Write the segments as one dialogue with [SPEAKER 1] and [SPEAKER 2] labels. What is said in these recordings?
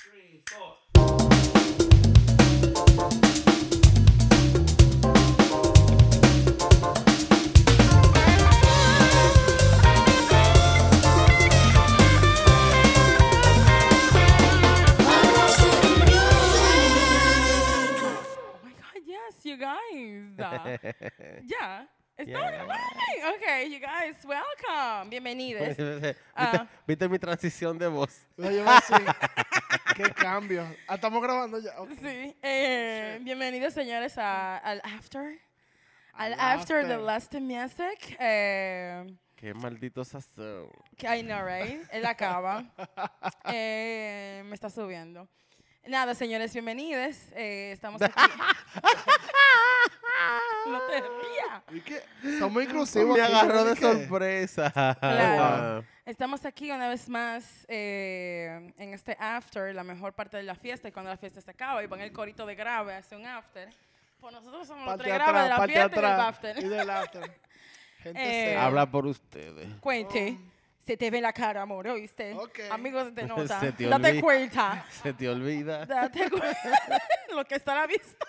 [SPEAKER 1] three, four.
[SPEAKER 2] Oh my God, yes, you guys. Uh, yeah. Estamos
[SPEAKER 3] Yeah.
[SPEAKER 2] online. Okay, you guys, welcome. Bienvenidos.
[SPEAKER 3] ¿Viste,
[SPEAKER 2] Ah.
[SPEAKER 3] viste mi transición de voz?
[SPEAKER 4] Lo llevo así. Qué cambio. Ah, estamos grabando ya. ok.
[SPEAKER 2] Sí. eh, bienvenidos, señores, a- al after. Al
[SPEAKER 4] Al
[SPEAKER 2] after the
[SPEAKER 4] after.
[SPEAKER 2] last music. Eh,
[SPEAKER 3] Qué maldito sazón.
[SPEAKER 2] que I know, right? Él acaba. Eh, me está subiendo. Nada, señores, bienvenidos. Eh, estamos aquí. no te rías.
[SPEAKER 4] ¿Y qué? Somos inclusivos.
[SPEAKER 3] Me
[SPEAKER 4] aquí,
[SPEAKER 3] agarró
[SPEAKER 4] ¿no?
[SPEAKER 3] de
[SPEAKER 4] ¿Y qué?
[SPEAKER 3] sorpresa. Ah,
[SPEAKER 2] Claro. Estamos aquí una vez más eh, en este after, la mejor parte de la fiesta, y cuando la fiesta se acaba y van el corito de grave hace un after. Pues nosotros somos los
[SPEAKER 4] Parte
[SPEAKER 2] tres
[SPEAKER 4] de
[SPEAKER 2] graves de
[SPEAKER 4] atrás,
[SPEAKER 2] la
[SPEAKER 4] parte de
[SPEAKER 2] fiesta y del
[SPEAKER 4] atrás.
[SPEAKER 2] after.
[SPEAKER 4] Y del after. Gente
[SPEAKER 2] Eh,
[SPEAKER 4] seria.
[SPEAKER 3] Habla por ustedes.
[SPEAKER 2] Cuente, se te ve la cara, amor, ¿oíste?
[SPEAKER 4] Ok.
[SPEAKER 2] Amigo, se te nota.
[SPEAKER 3] Se te
[SPEAKER 2] Date
[SPEAKER 3] olvida.
[SPEAKER 2] cuenta.
[SPEAKER 3] Se te olvida.
[SPEAKER 2] Date cuenta. Lo que está a la vista.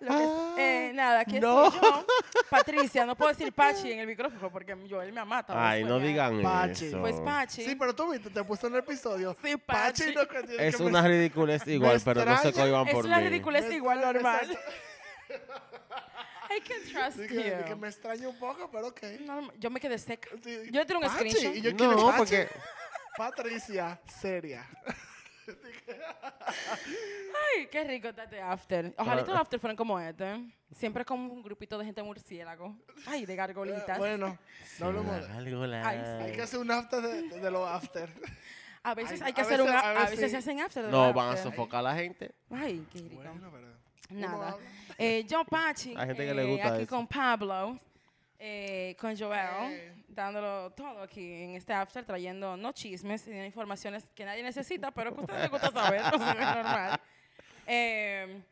[SPEAKER 2] Lo que es-
[SPEAKER 4] Ah,
[SPEAKER 2] eh, nada, aquí
[SPEAKER 3] No.
[SPEAKER 2] estoy yo. Patricia, no puedo decir Pachi en el micrófono porque yo, él me mata.
[SPEAKER 3] Ay, no
[SPEAKER 2] pues, ya.
[SPEAKER 3] digan
[SPEAKER 4] Pachi.
[SPEAKER 3] eso.
[SPEAKER 2] Pues Pachi.
[SPEAKER 4] Sí, pero tú viste, te puse en el episodio.
[SPEAKER 2] Sí, Pachi.
[SPEAKER 4] no que tiene
[SPEAKER 3] Es
[SPEAKER 4] que
[SPEAKER 3] una
[SPEAKER 4] me-
[SPEAKER 3] ridiculez igual, pero no se
[SPEAKER 4] extraña.
[SPEAKER 3] cohiban
[SPEAKER 2] Es
[SPEAKER 3] por
[SPEAKER 2] una
[SPEAKER 3] mí.
[SPEAKER 2] ridiculez
[SPEAKER 4] me
[SPEAKER 2] igual
[SPEAKER 4] extraña,
[SPEAKER 2] normal.
[SPEAKER 4] exacto.
[SPEAKER 2] I can trust
[SPEAKER 4] Sí,
[SPEAKER 2] you.
[SPEAKER 4] que, que me extraña un poco, pero ok.
[SPEAKER 2] No, yo me quedé seca.
[SPEAKER 4] Sí.
[SPEAKER 2] Yo tengo un
[SPEAKER 4] Pachi,
[SPEAKER 2] screenshot.
[SPEAKER 4] y yo quiero
[SPEAKER 3] No,
[SPEAKER 4] Pachi.
[SPEAKER 3] porque
[SPEAKER 4] Patricia, seria.
[SPEAKER 2] Ay, qué rico está este after. Ojalá
[SPEAKER 3] Ah.
[SPEAKER 2] todos los after fueran como este. Siempre con un grupito de gente murciélago. Ay, de gargolitas.
[SPEAKER 4] Eh, Bueno, no hablemos de-
[SPEAKER 3] Algo la-
[SPEAKER 2] Ay,
[SPEAKER 4] Hay que hacer un after de, de, de los after.
[SPEAKER 2] a veces
[SPEAKER 4] Ay,
[SPEAKER 2] hay que
[SPEAKER 4] a
[SPEAKER 2] hacer
[SPEAKER 4] veces-
[SPEAKER 2] un...
[SPEAKER 4] a
[SPEAKER 2] A,
[SPEAKER 4] veces
[SPEAKER 2] veces
[SPEAKER 4] sí.
[SPEAKER 2] se hacen after. de
[SPEAKER 4] Ah,
[SPEAKER 3] No,
[SPEAKER 2] los
[SPEAKER 3] van a
[SPEAKER 2] after.
[SPEAKER 3] sofocar a la gente.
[SPEAKER 2] Ay, qué rico.
[SPEAKER 4] Bueno, pero. uno
[SPEAKER 2] Nada.
[SPEAKER 4] habla.
[SPEAKER 2] Eh, yo, Pachi,
[SPEAKER 3] Hay gente que le
[SPEAKER 2] eh,
[SPEAKER 3] gusta
[SPEAKER 2] aquí
[SPEAKER 3] eso.
[SPEAKER 2] con Pablo, eh, con Joel,
[SPEAKER 4] Eh.
[SPEAKER 2] dándolo todo aquí en este after, trayendo no chismes, sino informaciones que nadie necesita, pero que a ustedes les gusta saber, o sea, es normal. Eh,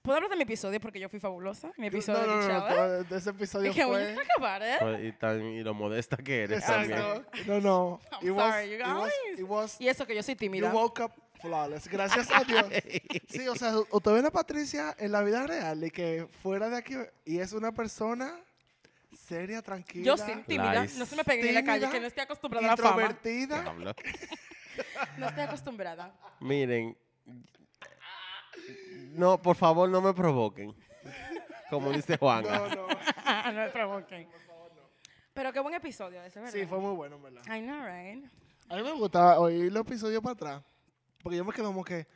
[SPEAKER 2] ¿Puedo hablar de mi episodio? Porque yo fui fabulosa. Mi episodio
[SPEAKER 4] No, no,
[SPEAKER 2] de
[SPEAKER 4] no,
[SPEAKER 2] Chava.
[SPEAKER 4] no, de ese episodio
[SPEAKER 2] Dije,
[SPEAKER 4] fue.
[SPEAKER 2] oye, está acabar, ¿eh?
[SPEAKER 3] Pues, Y, tan, y lo modesta que eres también.
[SPEAKER 4] Exacto. No, no.
[SPEAKER 2] I'm
[SPEAKER 4] It was-
[SPEAKER 2] sorry, you
[SPEAKER 4] it was-
[SPEAKER 2] guys.
[SPEAKER 4] it was-
[SPEAKER 2] Y eso que yo soy
[SPEAKER 4] you
[SPEAKER 2] tímida.
[SPEAKER 4] woke up flawless. Gracias a Dios. Sí, o sea, usted ve a Patricia en la vida real y que fuera de aquí y es una persona seria, tranquila.
[SPEAKER 2] Yo soy tímida.
[SPEAKER 3] Lies.
[SPEAKER 2] No se me peguen en la calle,
[SPEAKER 4] tímida,
[SPEAKER 2] que no estoy acostumbrada a la fama.
[SPEAKER 4] Introvertida.
[SPEAKER 3] Diablo.
[SPEAKER 2] No estoy acostumbrada.
[SPEAKER 3] Miren, no, por favor, no me provoquen. Como dice Juan.
[SPEAKER 4] No, no.
[SPEAKER 2] Ah, no me provoquen. Pero qué buen episodio ese, ¿verdad?
[SPEAKER 4] Sí, fue muy bueno, en ¿verdad?
[SPEAKER 2] I know, right?
[SPEAKER 4] A mí me gustaba oír los episodios para atrás. Porque yo me quedo como que,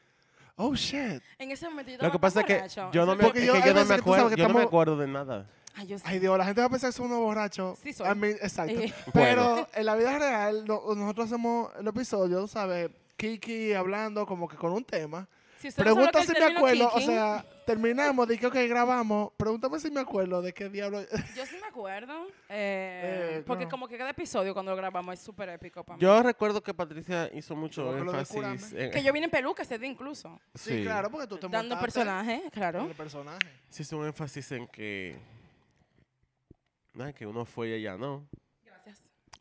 [SPEAKER 4] oh shit.
[SPEAKER 2] En ese momento yo
[SPEAKER 3] Lo que
[SPEAKER 2] estaba
[SPEAKER 3] pasa
[SPEAKER 2] tan
[SPEAKER 3] es que
[SPEAKER 2] borracho.
[SPEAKER 3] yo no me,
[SPEAKER 4] Porque
[SPEAKER 3] es
[SPEAKER 4] yo-
[SPEAKER 3] que
[SPEAKER 4] hay
[SPEAKER 3] yo no
[SPEAKER 4] veces
[SPEAKER 3] me
[SPEAKER 4] que tú sabes
[SPEAKER 3] acuerdo,
[SPEAKER 4] que
[SPEAKER 3] yo no me
[SPEAKER 4] estamos-
[SPEAKER 3] acuerdo de nada.
[SPEAKER 2] Ay, yo sí.
[SPEAKER 4] Ay Dios, la gente va a pensar que son unos borrachos.
[SPEAKER 2] Sí, soy.
[SPEAKER 4] I mean, exacto.
[SPEAKER 2] Eh.
[SPEAKER 4] Pero
[SPEAKER 3] Bueno.
[SPEAKER 4] en la vida real, no- nosotros hacemos el episodio, ¿sabes? Kiki hablando como que con un tema.
[SPEAKER 2] Si usted no sabe lo que
[SPEAKER 4] Pregunta
[SPEAKER 2] es
[SPEAKER 4] si
[SPEAKER 2] el
[SPEAKER 4] me
[SPEAKER 2] término
[SPEAKER 4] acuerdo, o
[SPEAKER 2] kicking,
[SPEAKER 4] sea, terminamos, dije, ok, grabamos. Pregúntame si me acuerdo de qué diablo.
[SPEAKER 2] Yo sí me acuerdo. eh,
[SPEAKER 4] Eh,
[SPEAKER 2] porque
[SPEAKER 4] no.
[SPEAKER 2] como que cada episodio cuando lo grabamos es súper épico para mí.
[SPEAKER 3] Yo recuerdo que Patricia hizo
[SPEAKER 4] Yo
[SPEAKER 3] mucho
[SPEAKER 4] me acuerdo de
[SPEAKER 3] énfasis
[SPEAKER 4] curarme.
[SPEAKER 3] en...
[SPEAKER 2] que yo vine en peluca ese día incluso.
[SPEAKER 4] Sí, claro, porque tú te
[SPEAKER 2] Dando
[SPEAKER 4] montaste Eh,
[SPEAKER 2] personajes,
[SPEAKER 4] en
[SPEAKER 2] claro.
[SPEAKER 4] el personaje.
[SPEAKER 3] Se hizo un énfasis en que... Ay, que uno fue y ella no.
[SPEAKER 2] Gracias.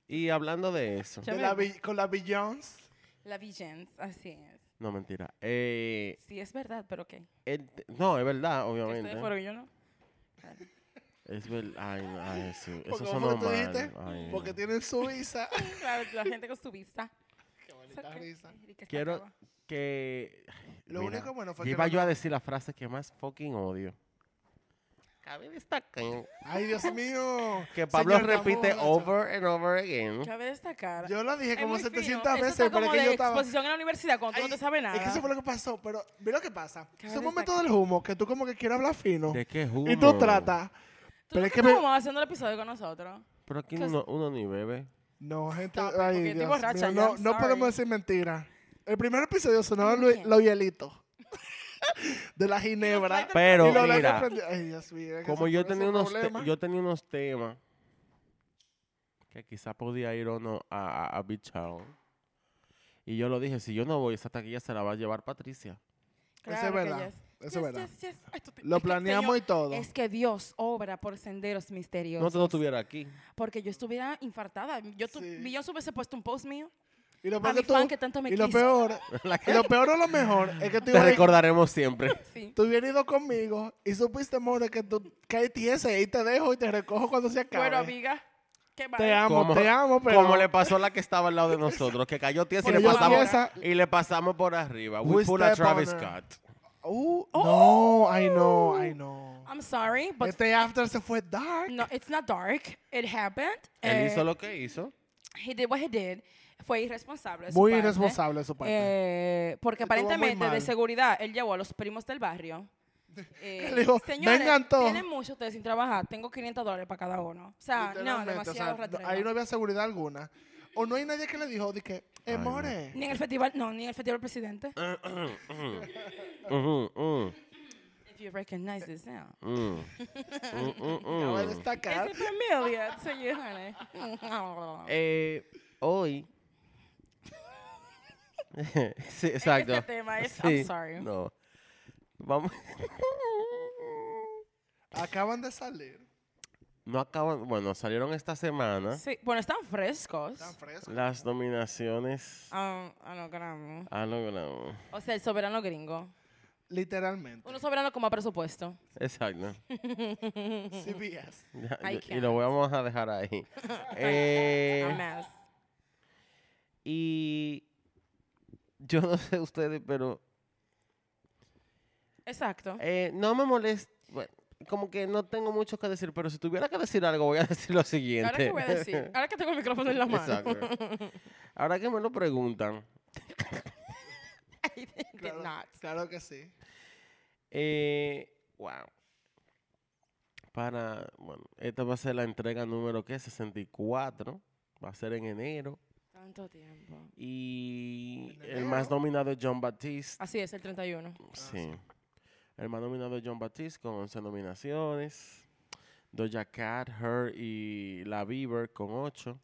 [SPEAKER 3] Y hablando de eso...
[SPEAKER 2] Ya
[SPEAKER 4] De
[SPEAKER 2] me-
[SPEAKER 4] la Bill- con la Beyoncé.
[SPEAKER 2] La Vigence, así es.
[SPEAKER 3] No, mentira. Eh,
[SPEAKER 2] Sí, es verdad, pero ¿qué?
[SPEAKER 3] el- no, es verdad,
[SPEAKER 2] Que ustedes fueron
[SPEAKER 3] obviamente.
[SPEAKER 2] y yo no.
[SPEAKER 3] Es verdad. Ay, no, ay, sí.
[SPEAKER 4] Porque
[SPEAKER 3] Eso son
[SPEAKER 4] tú dijiste,
[SPEAKER 3] normal. Ay, no.
[SPEAKER 4] porque tienen su visa.
[SPEAKER 2] Claro, la gente con su vista.
[SPEAKER 4] Qué bonita risa.
[SPEAKER 2] Rica está
[SPEAKER 3] Quiero
[SPEAKER 2] acaba.
[SPEAKER 3] que. ay,
[SPEAKER 4] Lo
[SPEAKER 3] mira,
[SPEAKER 4] único bueno
[SPEAKER 3] yo
[SPEAKER 4] fue que
[SPEAKER 3] Iba
[SPEAKER 4] no-
[SPEAKER 3] yo a decir la frase que más fucking odio. Cabe destacar
[SPEAKER 4] Ay, Dios mío.
[SPEAKER 3] que Pablo
[SPEAKER 4] Señor, estamos
[SPEAKER 3] repite
[SPEAKER 4] borrachos.
[SPEAKER 3] over and over again.
[SPEAKER 2] Cabe destacar.
[SPEAKER 4] Yo lo dije
[SPEAKER 2] Es
[SPEAKER 4] como
[SPEAKER 2] muy fino.
[SPEAKER 4] 700
[SPEAKER 2] Eso
[SPEAKER 4] veces,
[SPEAKER 2] está
[SPEAKER 4] pero es
[SPEAKER 2] como
[SPEAKER 4] que
[SPEAKER 2] de
[SPEAKER 4] yo estaba.
[SPEAKER 2] exposición en la universidad cuando tú
[SPEAKER 4] Ay,
[SPEAKER 2] no te sabes nada.
[SPEAKER 4] Es que eso fue lo que pasó, pero mira lo que pasa.
[SPEAKER 2] Cabe
[SPEAKER 4] Es un
[SPEAKER 2] destacar.
[SPEAKER 4] momento del humo que tú como que quieres hablar fino
[SPEAKER 3] ¿De qué jugo?
[SPEAKER 4] y tú tratas.
[SPEAKER 2] Tú
[SPEAKER 4] Pero
[SPEAKER 2] no
[SPEAKER 4] es
[SPEAKER 2] te
[SPEAKER 4] que me-
[SPEAKER 2] estabas haciendo el episodio con nosotros.
[SPEAKER 3] Pero aquí
[SPEAKER 2] Cause-
[SPEAKER 3] uno, uno ni bebe.
[SPEAKER 4] No, gente,
[SPEAKER 2] Stop it,
[SPEAKER 4] ay,
[SPEAKER 2] porque estoy
[SPEAKER 4] Dios
[SPEAKER 2] borracha
[SPEAKER 4] mío,
[SPEAKER 2] ya,
[SPEAKER 4] no,
[SPEAKER 2] I'm
[SPEAKER 4] no
[SPEAKER 2] sorry.
[SPEAKER 4] podemos decir mentiras. El primer episodio sonaba
[SPEAKER 2] Ay,
[SPEAKER 4] lo-
[SPEAKER 2] bien.
[SPEAKER 4] los hielitos de la ginebra.
[SPEAKER 2] Pero
[SPEAKER 4] y
[SPEAKER 3] Pero
[SPEAKER 4] los blancos
[SPEAKER 3] mira,
[SPEAKER 4] prendi- Ay, Dios mío. que
[SPEAKER 3] como
[SPEAKER 4] se
[SPEAKER 3] yo
[SPEAKER 4] pone
[SPEAKER 3] tenía,
[SPEAKER 4] ese
[SPEAKER 3] unos te-
[SPEAKER 4] problema.
[SPEAKER 3] yo tenía unos temas que quizá podía ir o no a, a, a Beach Town. Y yo lo dije, si yo no voy, esa taquilla se la va a llevar Patricia.
[SPEAKER 4] Eso es
[SPEAKER 2] Claro que
[SPEAKER 4] verdad.
[SPEAKER 2] yes.
[SPEAKER 4] Eso es
[SPEAKER 2] Yes,
[SPEAKER 4] verdad.
[SPEAKER 2] yes, yes. Ay, tú te-
[SPEAKER 4] Lo
[SPEAKER 2] es que,
[SPEAKER 4] planeamos y
[SPEAKER 2] señor,
[SPEAKER 4] todo.
[SPEAKER 2] Es que Dios obra por senderos
[SPEAKER 3] No
[SPEAKER 2] misteriosos.
[SPEAKER 3] te lo tuviera aquí.
[SPEAKER 2] Porque yo estuviera infartada. Yo tu,
[SPEAKER 4] Sí.
[SPEAKER 2] Millón hubiese puesto un post mío.
[SPEAKER 4] Y lo
[SPEAKER 2] A
[SPEAKER 4] peor,
[SPEAKER 2] mi
[SPEAKER 4] que tú-
[SPEAKER 2] fan que tanto me
[SPEAKER 4] y lo
[SPEAKER 2] quiso.
[SPEAKER 4] peor,
[SPEAKER 3] La
[SPEAKER 4] y lo peor o lo mejor es que tú
[SPEAKER 3] Te
[SPEAKER 4] ibas-
[SPEAKER 3] recordaremos siempre.
[SPEAKER 2] Sí.
[SPEAKER 4] Tú hubieras ido conmigo y supiste, more, que tú caes tiesa y te dejo y te recojo cuando se acabe.
[SPEAKER 2] Bueno, amiga, qué mal.
[SPEAKER 4] te amo, te amo, pero...
[SPEAKER 3] Como le pasó a la que estaba al lado de nosotros, que cayó Pues tiesa y
[SPEAKER 2] Pero
[SPEAKER 3] le
[SPEAKER 2] yo
[SPEAKER 3] pasamos,
[SPEAKER 4] tiesa-
[SPEAKER 3] y le pasamos por arriba.
[SPEAKER 4] We
[SPEAKER 3] We pull a
[SPEAKER 4] step on
[SPEAKER 3] Travis
[SPEAKER 4] her.
[SPEAKER 3] Scott.
[SPEAKER 4] Uh,
[SPEAKER 2] Oh.
[SPEAKER 4] No, I know, I know.
[SPEAKER 2] I'm sorry, but
[SPEAKER 4] Este after se fue dark.
[SPEAKER 2] no, it's not dark. It happened.
[SPEAKER 3] Él
[SPEAKER 2] Eh,
[SPEAKER 3] hizo lo que hizo.
[SPEAKER 2] He did what he did. Fue irresponsable. de su
[SPEAKER 4] Muy
[SPEAKER 2] parte.
[SPEAKER 4] irresponsable de su parte.
[SPEAKER 2] Eh, porque
[SPEAKER 4] Estuvo muy
[SPEAKER 2] aparentemente de
[SPEAKER 4] mal.
[SPEAKER 2] seguridad él llevó a los primos del barrio. Eh,
[SPEAKER 4] Él dijo,
[SPEAKER 2] señores,
[SPEAKER 4] "Vengan todos".
[SPEAKER 2] tienen mucho ustedes sin trabajar. Tengo 500 dólares para cada uno. O sea, ah, no,
[SPEAKER 4] Literalmente, o sea,
[SPEAKER 2] demasiado
[SPEAKER 4] no-
[SPEAKER 2] rastrero.
[SPEAKER 4] Ahí no había seguridad alguna. O no hay nadie que le dijo, de que, eh,
[SPEAKER 3] no.
[SPEAKER 4] more.
[SPEAKER 2] Ni en el festival, no, ni en el festival presidente.
[SPEAKER 4] Ah.
[SPEAKER 3] Ujú, ujú,
[SPEAKER 2] If you recognize this sound.
[SPEAKER 3] ujú. Ujú, ujú.
[SPEAKER 4] Acaba de destacar.
[SPEAKER 2] Is it familiar to you, honey?
[SPEAKER 3] Eh, hoy. sí, exacto.
[SPEAKER 2] este tema es- I'm
[SPEAKER 3] Sí,
[SPEAKER 2] sorry.
[SPEAKER 3] No. Vamos.
[SPEAKER 4] Acaban de salir.
[SPEAKER 3] No acaban. Bueno, salieron esta semana
[SPEAKER 2] Sí, bueno, están frescos.
[SPEAKER 4] Tan fresco.
[SPEAKER 3] las nominaciones
[SPEAKER 2] Ah, ah, no, caramba.
[SPEAKER 3] a lo Grammy.
[SPEAKER 2] O sea, el soberano gringo.
[SPEAKER 4] Literalmente.
[SPEAKER 2] Uno soberano con más presupuesto.
[SPEAKER 3] Exacto.
[SPEAKER 4] CBS.
[SPEAKER 3] Ya,
[SPEAKER 2] I
[SPEAKER 3] y- y lo vamos a dejar ahí. Eh,
[SPEAKER 2] A más.
[SPEAKER 3] y yo no sé ustedes, pero
[SPEAKER 2] Exacto.
[SPEAKER 3] eh, no me molesta. como que no tengo mucho que decir, pero si tuviera que decir algo, voy a decir lo siguiente.
[SPEAKER 2] Ahora que voy a decir, ahora que tengo el micrófono en la mano.
[SPEAKER 3] Exacto. Ahora que me lo preguntan,
[SPEAKER 2] I did
[SPEAKER 4] Claro,
[SPEAKER 2] not.
[SPEAKER 4] claro que sí.
[SPEAKER 3] eh, wow. Para, bueno, esta va a ser la entrega número ¿qué? 64. Va a ser en enero.
[SPEAKER 2] Tanto tiempo.
[SPEAKER 3] Y
[SPEAKER 4] ¿En
[SPEAKER 3] el más
[SPEAKER 4] enero?
[SPEAKER 3] nominado es John Baptiste.
[SPEAKER 2] Así es, el 31.
[SPEAKER 3] Sí. El más nominado es John Baptiste con 11 nominaciones. Doja Cat, Her y La Bieber con 8.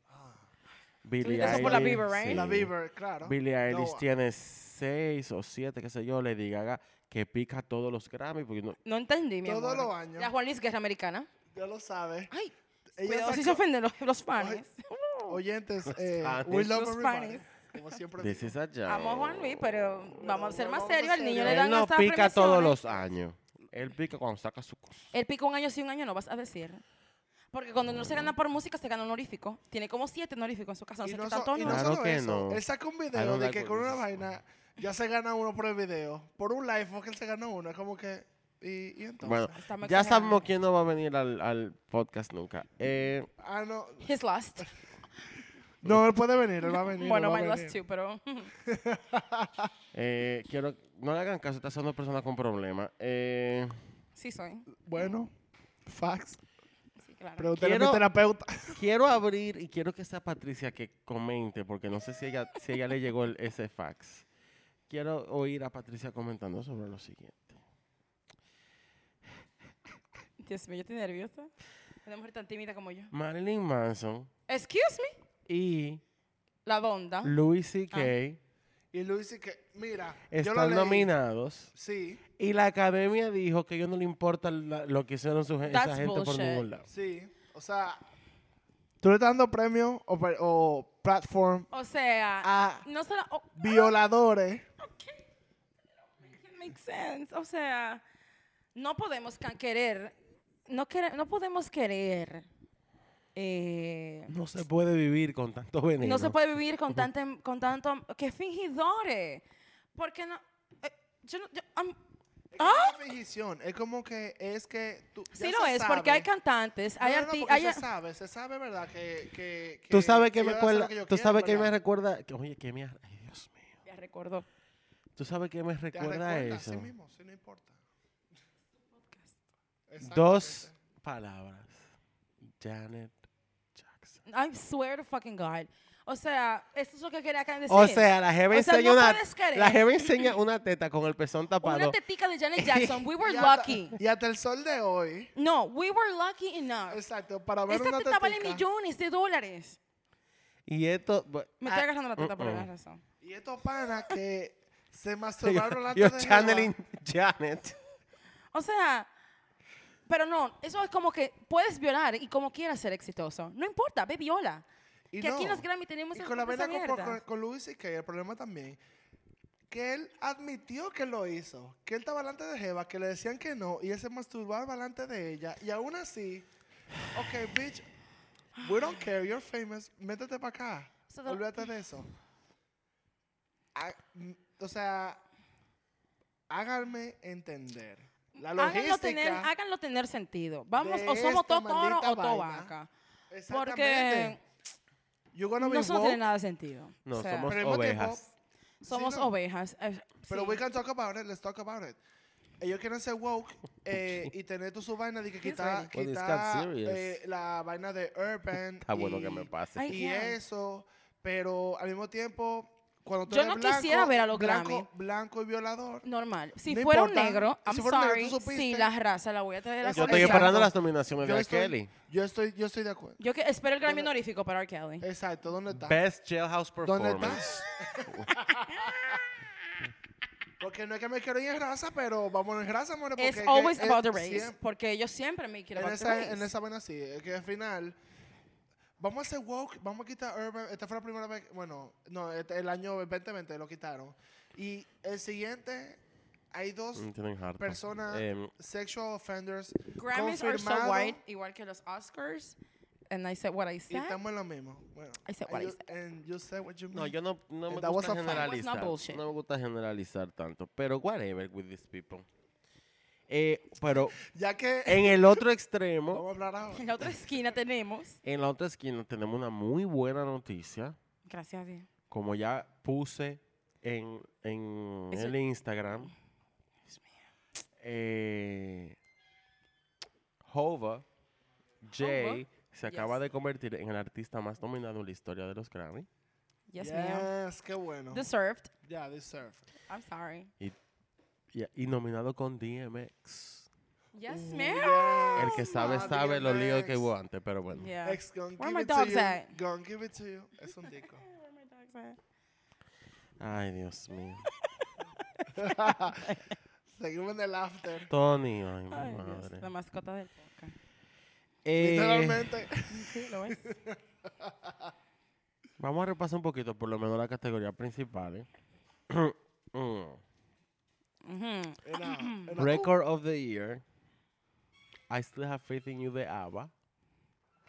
[SPEAKER 3] Billie
[SPEAKER 2] dices por la
[SPEAKER 3] Eilish,
[SPEAKER 2] Bieber, right?
[SPEAKER 3] sí.
[SPEAKER 4] La Bieber, claro.
[SPEAKER 3] Billie Eilish
[SPEAKER 4] No,
[SPEAKER 3] tiene 6 o 7, qué sé yo, Lady Gaga, que pica todos los Grammy. Porque no,
[SPEAKER 2] No entendí, mi
[SPEAKER 4] Todos
[SPEAKER 2] amor.
[SPEAKER 4] los años.
[SPEAKER 2] La Juan Luis Guerra Americana.
[SPEAKER 4] Ya lo sabe.
[SPEAKER 2] Ay,
[SPEAKER 4] Ella
[SPEAKER 2] cuidado, si se
[SPEAKER 4] sacó-
[SPEAKER 2] ofenden los, los
[SPEAKER 4] Ay,
[SPEAKER 2] fans.
[SPEAKER 4] Oyentes, eh,
[SPEAKER 3] Spanish.
[SPEAKER 4] we love
[SPEAKER 2] Los
[SPEAKER 4] everybody.
[SPEAKER 2] Spanish.
[SPEAKER 4] Como siempre
[SPEAKER 3] this
[SPEAKER 4] digo.
[SPEAKER 3] is a joke.
[SPEAKER 2] Amo a Juan Luis, pero vamos a ser más
[SPEAKER 4] vamos a
[SPEAKER 2] serios. Al
[SPEAKER 4] ser
[SPEAKER 2] niño
[SPEAKER 4] serios.
[SPEAKER 2] le
[SPEAKER 3] Él
[SPEAKER 2] dan
[SPEAKER 3] no
[SPEAKER 2] estas
[SPEAKER 3] pica todos
[SPEAKER 2] premiaciones.
[SPEAKER 3] los años. Él pica cuando saca su cosa.
[SPEAKER 2] Él pica un año sí, un año no, vas a decir. Porque cuando no se gana por música, se gana honorífico. Tiene como siete honoríficos en su casa. No
[SPEAKER 4] Y
[SPEAKER 2] sé
[SPEAKER 4] no,
[SPEAKER 2] qué
[SPEAKER 4] so-
[SPEAKER 2] tanto
[SPEAKER 4] y no
[SPEAKER 2] honor.
[SPEAKER 3] Claro
[SPEAKER 4] solo
[SPEAKER 3] que
[SPEAKER 4] eso,
[SPEAKER 3] no.
[SPEAKER 4] él saca un
[SPEAKER 3] I
[SPEAKER 4] video
[SPEAKER 3] don't
[SPEAKER 4] de
[SPEAKER 3] like
[SPEAKER 4] que
[SPEAKER 3] what
[SPEAKER 4] con
[SPEAKER 3] this
[SPEAKER 4] una
[SPEAKER 3] is
[SPEAKER 4] vaina ya se gana uno por el video. Por un live fue que él se ganó uno. Es como que. Y, y entonces.
[SPEAKER 3] Bueno,
[SPEAKER 2] Estamos
[SPEAKER 3] ya
[SPEAKER 2] exagerando.
[SPEAKER 3] sabemos quién no va a venir al, al podcast nunca. Eh,
[SPEAKER 4] Ah, no.
[SPEAKER 2] His last.
[SPEAKER 4] No, él puede venir, él va a venir.
[SPEAKER 2] Bueno,
[SPEAKER 4] él va a
[SPEAKER 2] my last
[SPEAKER 4] venir.
[SPEAKER 2] too, pero.
[SPEAKER 3] eh, quiero, no le hagan caso, estas son dos personas con problemas. Eh,
[SPEAKER 2] sí, soy.
[SPEAKER 4] Bueno, fax.
[SPEAKER 2] Sí, claro.
[SPEAKER 4] Pregúntale a
[SPEAKER 3] Quiero-
[SPEAKER 4] mi terapeuta.
[SPEAKER 3] quiero abrir y quiero que sea Patricia que comente, porque no sé si ella, si ella le llegó el- ese fax. Quiero oír a Patricia comentando sobre lo siguiente.
[SPEAKER 2] Dios mío, yo estoy nerviosa. Una mujer tan tímida como yo.
[SPEAKER 3] Marilyn Manson
[SPEAKER 2] Excuse me.
[SPEAKER 3] y
[SPEAKER 2] La
[SPEAKER 3] Ah.
[SPEAKER 2] Donda.
[SPEAKER 3] Louis C.K.
[SPEAKER 4] Y Luis dice que, mira, yo lo
[SPEAKER 3] están
[SPEAKER 4] leí.
[SPEAKER 3] nominados
[SPEAKER 4] Sí,
[SPEAKER 3] y la academia dijo que a ellos no le importa la- lo que hicieron su, gen- esa
[SPEAKER 2] That's
[SPEAKER 3] gente por
[SPEAKER 2] bullshit.
[SPEAKER 3] ningún lado.
[SPEAKER 4] sí. O sea, tú le estás dando premio o, pre- o platform
[SPEAKER 2] O sea,
[SPEAKER 4] a
[SPEAKER 2] no será. Oh,
[SPEAKER 4] violadores.
[SPEAKER 2] it makes sense. O sea, no podemos ca- querer. No, quere- no podemos querer. Eh,
[SPEAKER 3] No se puede vivir con tanto veneno.
[SPEAKER 2] No se puede vivir con tanto, con tanto que fingidores. Porque no, eh, yo no, yo- am-
[SPEAKER 4] Es que no es fingición, es como que es que tú. ya
[SPEAKER 2] Ah. sí
[SPEAKER 4] se
[SPEAKER 2] lo es, porque
[SPEAKER 4] sabe.
[SPEAKER 2] hay cantantes, hay
[SPEAKER 4] No, no, no,
[SPEAKER 2] arti-
[SPEAKER 4] porque
[SPEAKER 2] hay
[SPEAKER 4] se
[SPEAKER 2] a-
[SPEAKER 4] sabe, se sabe, ¿verdad? Que, que,
[SPEAKER 3] Tú sabes que me
[SPEAKER 4] ellos hacen lo
[SPEAKER 3] recuerda,
[SPEAKER 4] que ellos
[SPEAKER 3] tú
[SPEAKER 4] quieren,
[SPEAKER 3] sabes que me
[SPEAKER 4] ¿verdad?
[SPEAKER 3] recuerda, que- oye, que me, ar- ay, Dios mío.
[SPEAKER 2] Ya recordó.
[SPEAKER 3] Tú sabes que me
[SPEAKER 4] Te
[SPEAKER 3] recuerda a
[SPEAKER 4] recuerda a sí
[SPEAKER 3] eso.
[SPEAKER 4] mismo, sí, no importa.
[SPEAKER 3] Dos
[SPEAKER 4] Exactamente.
[SPEAKER 3] palabras. Janet Jackson.
[SPEAKER 2] I swear to fucking God. O sea, eso es lo que quería acá decir.
[SPEAKER 3] O sea, la jeva
[SPEAKER 2] O sea,
[SPEAKER 3] enseña
[SPEAKER 2] no
[SPEAKER 3] una,
[SPEAKER 2] puedes querer.
[SPEAKER 3] la jeva enseña una teta con el pezón
[SPEAKER 2] una
[SPEAKER 3] tapado.
[SPEAKER 2] tetica de Janet Jackson. We were
[SPEAKER 4] Y hasta-
[SPEAKER 2] lucky.
[SPEAKER 4] Y hasta el sol de hoy,
[SPEAKER 2] No, we were lucky enough.
[SPEAKER 4] exacto, para ver
[SPEAKER 2] Esta
[SPEAKER 4] una
[SPEAKER 2] teta vale
[SPEAKER 4] tetica.
[SPEAKER 2] millones de dólares.
[SPEAKER 3] Y esto, bu-
[SPEAKER 2] Me
[SPEAKER 3] ah,
[SPEAKER 2] estoy agarrando la teta por
[SPEAKER 3] uh-uh.
[SPEAKER 2] alguna razón.
[SPEAKER 4] Y estos panas que se masturbaron
[SPEAKER 3] yo,
[SPEAKER 4] antes
[SPEAKER 3] yo
[SPEAKER 4] de Jehová.
[SPEAKER 3] channeling Janet.
[SPEAKER 2] O sea, pero no, eso es como que puedes violar y como quieras ser exitoso. No importa, ve viola.
[SPEAKER 4] Y
[SPEAKER 2] que aquí en
[SPEAKER 4] no.
[SPEAKER 2] los Grammy tenemos
[SPEAKER 4] Y
[SPEAKER 2] esa-
[SPEAKER 4] con la
[SPEAKER 2] esa
[SPEAKER 4] vaina con,
[SPEAKER 2] mierda.
[SPEAKER 4] con, con Luis y que el problema también. Que él admitió que lo hizo. Que él estaba delante de Jeva, que le decían que no. Y él se masturbaba delante de ella. Y aún así, ok, bitch, we don't care, you're famous, métete para acá.
[SPEAKER 2] So the-
[SPEAKER 4] Olvídate de eso. Ha- mm, o sea, háganme entender. La
[SPEAKER 2] Háganlo
[SPEAKER 4] logística.
[SPEAKER 2] tener, háganlo tener sentido. Vamos,
[SPEAKER 4] de
[SPEAKER 2] o somos
[SPEAKER 4] esta
[SPEAKER 2] todo toro
[SPEAKER 4] maldita
[SPEAKER 2] o todo
[SPEAKER 4] vaina.
[SPEAKER 2] vaca. Porque
[SPEAKER 4] Exactamente. You're gonna be
[SPEAKER 2] no solo
[SPEAKER 4] woke,
[SPEAKER 2] tiene nada de sentido.
[SPEAKER 3] No,
[SPEAKER 2] O sea,
[SPEAKER 3] somos
[SPEAKER 4] pero al mismo tiempo,
[SPEAKER 3] ovejas.
[SPEAKER 2] somos
[SPEAKER 4] sí, no.
[SPEAKER 2] ovejas. eh,
[SPEAKER 4] Pero
[SPEAKER 2] sí.
[SPEAKER 4] we can talk about it, let's talk about it. Ellos quieren ser woke eh, y tener tu su vaina de que
[SPEAKER 2] He's
[SPEAKER 4] quitar
[SPEAKER 2] ready.
[SPEAKER 3] Well, this
[SPEAKER 4] quitar,
[SPEAKER 3] got serious.
[SPEAKER 4] eh, la vaina de urban.
[SPEAKER 3] Está bueno que
[SPEAKER 4] y-
[SPEAKER 3] me pase.
[SPEAKER 2] Ay,
[SPEAKER 4] Y
[SPEAKER 2] yeah.
[SPEAKER 4] eso, pero al mismo tiempo, cuando tú
[SPEAKER 2] Yo
[SPEAKER 4] eres
[SPEAKER 2] no
[SPEAKER 4] blanco,
[SPEAKER 2] quisiera ver a los
[SPEAKER 4] blanco,
[SPEAKER 2] Grammy.
[SPEAKER 4] Blanco y violador.
[SPEAKER 2] Normal. Si
[SPEAKER 4] No
[SPEAKER 2] fuera
[SPEAKER 4] importa.
[SPEAKER 2] un negro,
[SPEAKER 4] Si
[SPEAKER 2] I'm
[SPEAKER 4] fuera un negro,
[SPEAKER 2] sorry.
[SPEAKER 4] tú
[SPEAKER 2] sí,
[SPEAKER 4] supiste.
[SPEAKER 2] la raza la voy a traer a la
[SPEAKER 4] Eso
[SPEAKER 3] Yo estoy
[SPEAKER 4] Exacto.
[SPEAKER 2] conversación.
[SPEAKER 3] esperando las nominaciones de
[SPEAKER 4] Yo
[SPEAKER 3] R.
[SPEAKER 4] estoy,
[SPEAKER 3] Kelly.
[SPEAKER 4] yo estoy, yo estoy de acuerdo.
[SPEAKER 2] Yo que espero el Grammy honorífico para R. Kelly.
[SPEAKER 4] Exacto, ¿dónde está?
[SPEAKER 3] Best Jailhouse
[SPEAKER 4] ¿Dónde está?
[SPEAKER 3] Performance.
[SPEAKER 4] Porque no es que me quiero ir en raza, pero vamos en raza, amores.
[SPEAKER 2] It's
[SPEAKER 4] porque que
[SPEAKER 2] always
[SPEAKER 4] es
[SPEAKER 2] about the race.
[SPEAKER 4] siempre-
[SPEAKER 2] Porque yo siempre me quiero
[SPEAKER 4] en
[SPEAKER 2] about the
[SPEAKER 4] esa,
[SPEAKER 2] race.
[SPEAKER 4] en esa vaina sí, es que al final vamos a hacer woke, vamos a quitar Urban, esta fue la primera vez, que- bueno, no, este- el año 2020 lo quitaron. Y el siguiente hay dos
[SPEAKER 3] Me Mm, tienen harto.
[SPEAKER 4] personas
[SPEAKER 3] Em,
[SPEAKER 4] sexual offenders
[SPEAKER 2] Grammys are so
[SPEAKER 4] confirmado,
[SPEAKER 2] white, igual que los Oscars. And I said what I
[SPEAKER 4] y
[SPEAKER 2] said.
[SPEAKER 4] estamos en lo mismo. Bueno,
[SPEAKER 2] I said
[SPEAKER 4] and
[SPEAKER 2] what I
[SPEAKER 4] you-
[SPEAKER 2] said.
[SPEAKER 4] and you said what you
[SPEAKER 3] No,
[SPEAKER 4] mean.
[SPEAKER 3] yo no, no me
[SPEAKER 4] That was
[SPEAKER 3] gusta
[SPEAKER 4] a fact.
[SPEAKER 2] That was not
[SPEAKER 3] generalizar.
[SPEAKER 2] bullshit.
[SPEAKER 3] No me gusta generalizar tanto. Pero whatever with these people. Eh, pero
[SPEAKER 4] Ya que
[SPEAKER 3] en el otro extremo,
[SPEAKER 4] vamos a hablar
[SPEAKER 2] En
[SPEAKER 4] ahora.
[SPEAKER 2] la otra esquina tenemos.
[SPEAKER 3] en la otra esquina, tenemos una muy buena noticia.
[SPEAKER 2] Gracias a Dios.
[SPEAKER 3] Como ya puse en, en
[SPEAKER 2] Eso-
[SPEAKER 3] el Instagram.
[SPEAKER 2] Dios mío.
[SPEAKER 3] eh, Hova Jay se acaba
[SPEAKER 2] Yes.
[SPEAKER 3] de convertir en el artista más nominado en la historia de los Grammy.
[SPEAKER 2] Yes, ma'am.
[SPEAKER 4] Yes, qué bueno.
[SPEAKER 2] Deserved.
[SPEAKER 4] Ya, deserve.
[SPEAKER 2] I'm sorry.
[SPEAKER 3] Y, y nominado con DMX.
[SPEAKER 2] Yes,
[SPEAKER 4] Ooh,
[SPEAKER 2] ma'am.
[SPEAKER 3] El que
[SPEAKER 4] yes,
[SPEAKER 3] sabe,
[SPEAKER 4] ma,
[SPEAKER 3] sabe los líos que
[SPEAKER 4] DMX.
[SPEAKER 3] hubo antes, pero bueno.
[SPEAKER 2] Yeah.
[SPEAKER 4] Ex, gonna
[SPEAKER 2] Where
[SPEAKER 4] give
[SPEAKER 2] my
[SPEAKER 4] it to
[SPEAKER 2] dogs
[SPEAKER 4] you,
[SPEAKER 2] at?
[SPEAKER 4] gonna give it to you. Es un disco.
[SPEAKER 2] Where my dogs at?
[SPEAKER 3] Ay, Dios mío.
[SPEAKER 4] Seguimos en el after.
[SPEAKER 3] Tony, ay, mi
[SPEAKER 2] Ay, Dios,
[SPEAKER 3] madre.
[SPEAKER 2] la mascota del podcast.
[SPEAKER 3] Eh,
[SPEAKER 4] Literalmente.
[SPEAKER 2] Sí, lo es.
[SPEAKER 3] vamos a repasar un poquito, por lo menos, la categoría principal. ¿eh? Mm.
[SPEAKER 2] Ujú.
[SPEAKER 4] Era, era-
[SPEAKER 3] Record of the Year. I Still Have Faith in You de ABBA.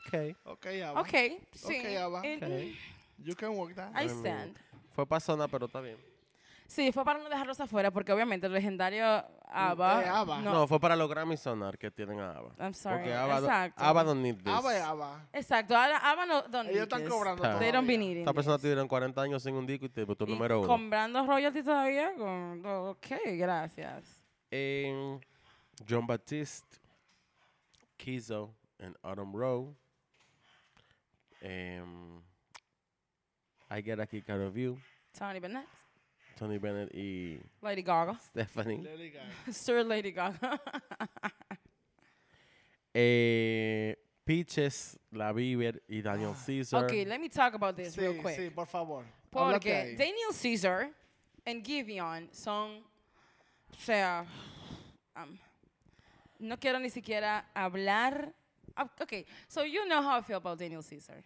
[SPEAKER 3] Okay.
[SPEAKER 4] Ok, ya va.
[SPEAKER 2] Ok, sí.
[SPEAKER 4] Ok, ya va.
[SPEAKER 2] En-
[SPEAKER 3] Ok.
[SPEAKER 4] You can walk that.
[SPEAKER 2] I
[SPEAKER 3] Ay, mi-
[SPEAKER 2] stand.
[SPEAKER 3] Fue pasona, pero está bien.
[SPEAKER 2] Sí, fue para no dejarlos afuera, porque obviamente el legendario ABBA.
[SPEAKER 4] eh, ABBA.
[SPEAKER 3] No. fue para los Grammy sonar que tienen a ABBA.
[SPEAKER 2] I'm sorry.
[SPEAKER 3] Porque ABBA, do-
[SPEAKER 2] Exacto.
[SPEAKER 3] ABBA don't need this.
[SPEAKER 4] Ava y Ava.
[SPEAKER 2] Exacto, ahora ABBA no. don't
[SPEAKER 4] Ellos
[SPEAKER 2] need
[SPEAKER 4] están
[SPEAKER 2] this.
[SPEAKER 4] cobrando
[SPEAKER 3] Claro.
[SPEAKER 2] They don't be
[SPEAKER 4] todavía.
[SPEAKER 2] needing
[SPEAKER 3] Esta persona
[SPEAKER 2] this.
[SPEAKER 3] tuvieron 40 años sin un disco y te votó
[SPEAKER 2] Y
[SPEAKER 3] número uno.
[SPEAKER 2] Comprando royalties todavía. Con, ok, gracias.
[SPEAKER 3] En John Baptiste, Kizo and Autumn Rowe. Em, I Get a Kick Out of You,
[SPEAKER 2] Tony Bennett,
[SPEAKER 3] Tony Bennett y
[SPEAKER 2] Lady Gaga.
[SPEAKER 3] Stephanie.
[SPEAKER 4] Lady Gaga.
[SPEAKER 2] Sir Lady Gaga.
[SPEAKER 3] Eh, Peaches, La Bieber y Daniel Caesar.
[SPEAKER 2] ok, let me talk about this real
[SPEAKER 4] Sí,
[SPEAKER 2] quick.
[SPEAKER 4] sí, por favor. Háblate
[SPEAKER 2] Porque
[SPEAKER 4] ahí.
[SPEAKER 2] Daniel Caesar and Giveon son, o sea, um, no quiero ni siquiera hablar. Ah, Okay, so you know how I feel about Daniel Caesar.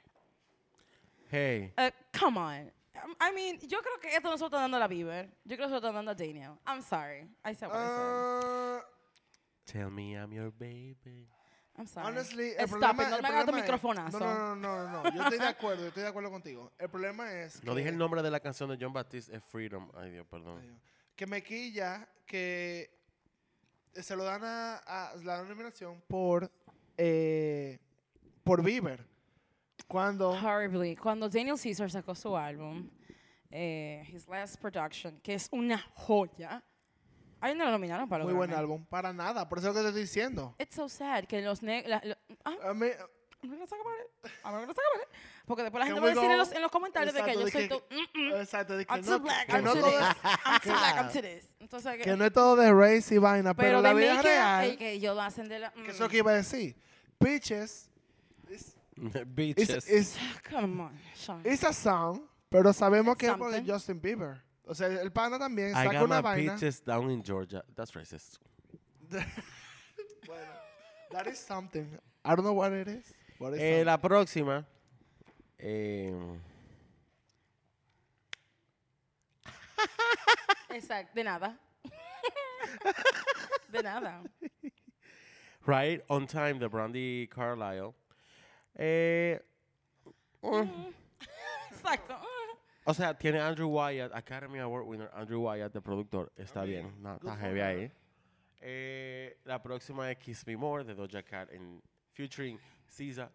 [SPEAKER 3] Hey,
[SPEAKER 2] Uh, come on. Um, I mean, yo creo que esto no se lo está dando a la Bieber. Yo creo que se lo está dando a Daniel. I'm sorry. I said what I said.
[SPEAKER 4] Ah,
[SPEAKER 3] tell me I'm your baby.
[SPEAKER 2] I'm sorry.
[SPEAKER 4] honestly, el
[SPEAKER 2] Stop
[SPEAKER 4] problema,
[SPEAKER 2] it. No
[SPEAKER 4] el
[SPEAKER 2] me hagas tu
[SPEAKER 4] problema es-
[SPEAKER 2] microfonazo.
[SPEAKER 4] No, no, no, no, no, Yo estoy de acuerdo, yo estoy de acuerdo contigo. El problema es
[SPEAKER 3] No
[SPEAKER 4] que,
[SPEAKER 3] dije el nombre de la canción de John Baptiste, es Freedom. Ay, Dios, perdón.
[SPEAKER 4] que me quilla que se lo dan a, a la nominación por eh, por Bieber. Cuando
[SPEAKER 2] Horribly. Cuando Daniel Caesar sacó su álbum, eh, His Last Production, que es una joya, ahí no lo nominaron para los
[SPEAKER 4] muy buen
[SPEAKER 2] Grammy.
[SPEAKER 4] álbum, para nada, por eso es lo que te estoy diciendo.
[SPEAKER 2] It's so sad que los negros... ah,
[SPEAKER 4] A mí-
[SPEAKER 2] Porque después la
[SPEAKER 4] Can
[SPEAKER 2] gente
[SPEAKER 4] we
[SPEAKER 2] va a decir en
[SPEAKER 4] go?
[SPEAKER 2] los, en los comentarios de que
[SPEAKER 4] Exacto,
[SPEAKER 2] yo soy
[SPEAKER 4] de que-
[SPEAKER 2] tu... Mm, mm,
[SPEAKER 4] Exacto, de que
[SPEAKER 2] I'm
[SPEAKER 4] no,
[SPEAKER 2] too black,
[SPEAKER 4] que
[SPEAKER 2] I'm
[SPEAKER 4] no
[SPEAKER 2] too
[SPEAKER 4] todo
[SPEAKER 2] this,
[SPEAKER 4] es-
[SPEAKER 2] I'm too black, I'm
[SPEAKER 4] Claro.
[SPEAKER 2] too this. Entonces,
[SPEAKER 4] que no es todo de race y vaina,
[SPEAKER 2] pero
[SPEAKER 4] pero, la
[SPEAKER 2] de
[SPEAKER 4] vida
[SPEAKER 2] make
[SPEAKER 4] real,
[SPEAKER 2] que ellos lo hacen de la...
[SPEAKER 4] que eso es
[SPEAKER 2] mm.
[SPEAKER 4] lo que iba a decir, Peaches
[SPEAKER 3] Bitches.
[SPEAKER 4] is, is,
[SPEAKER 2] Come on, Sean.
[SPEAKER 4] is a song, pero sabemos
[SPEAKER 2] It's
[SPEAKER 4] que es por
[SPEAKER 2] something.
[SPEAKER 4] Justin Bieber. O sea, el pana también
[SPEAKER 3] I
[SPEAKER 4] saca
[SPEAKER 3] got
[SPEAKER 4] una
[SPEAKER 3] my
[SPEAKER 4] vaina.
[SPEAKER 3] peaches down in Georgia. That's racist.
[SPEAKER 4] Bueno, that is something. I don't know what it is. What is
[SPEAKER 3] Eh, la próxima eh,
[SPEAKER 2] Exacto, de nada. de nada.
[SPEAKER 3] Right on Time de Brandy Carlisle. Eh, mm,
[SPEAKER 2] Exacto.
[SPEAKER 3] o sea, tiene Andrew Wyatt, Academy Award winner Andrew Wyatt, de productor. Está bien, no, está heavy ahí. Eh, la próxima es Kiss Me More de Doja Cat en featuring SZA.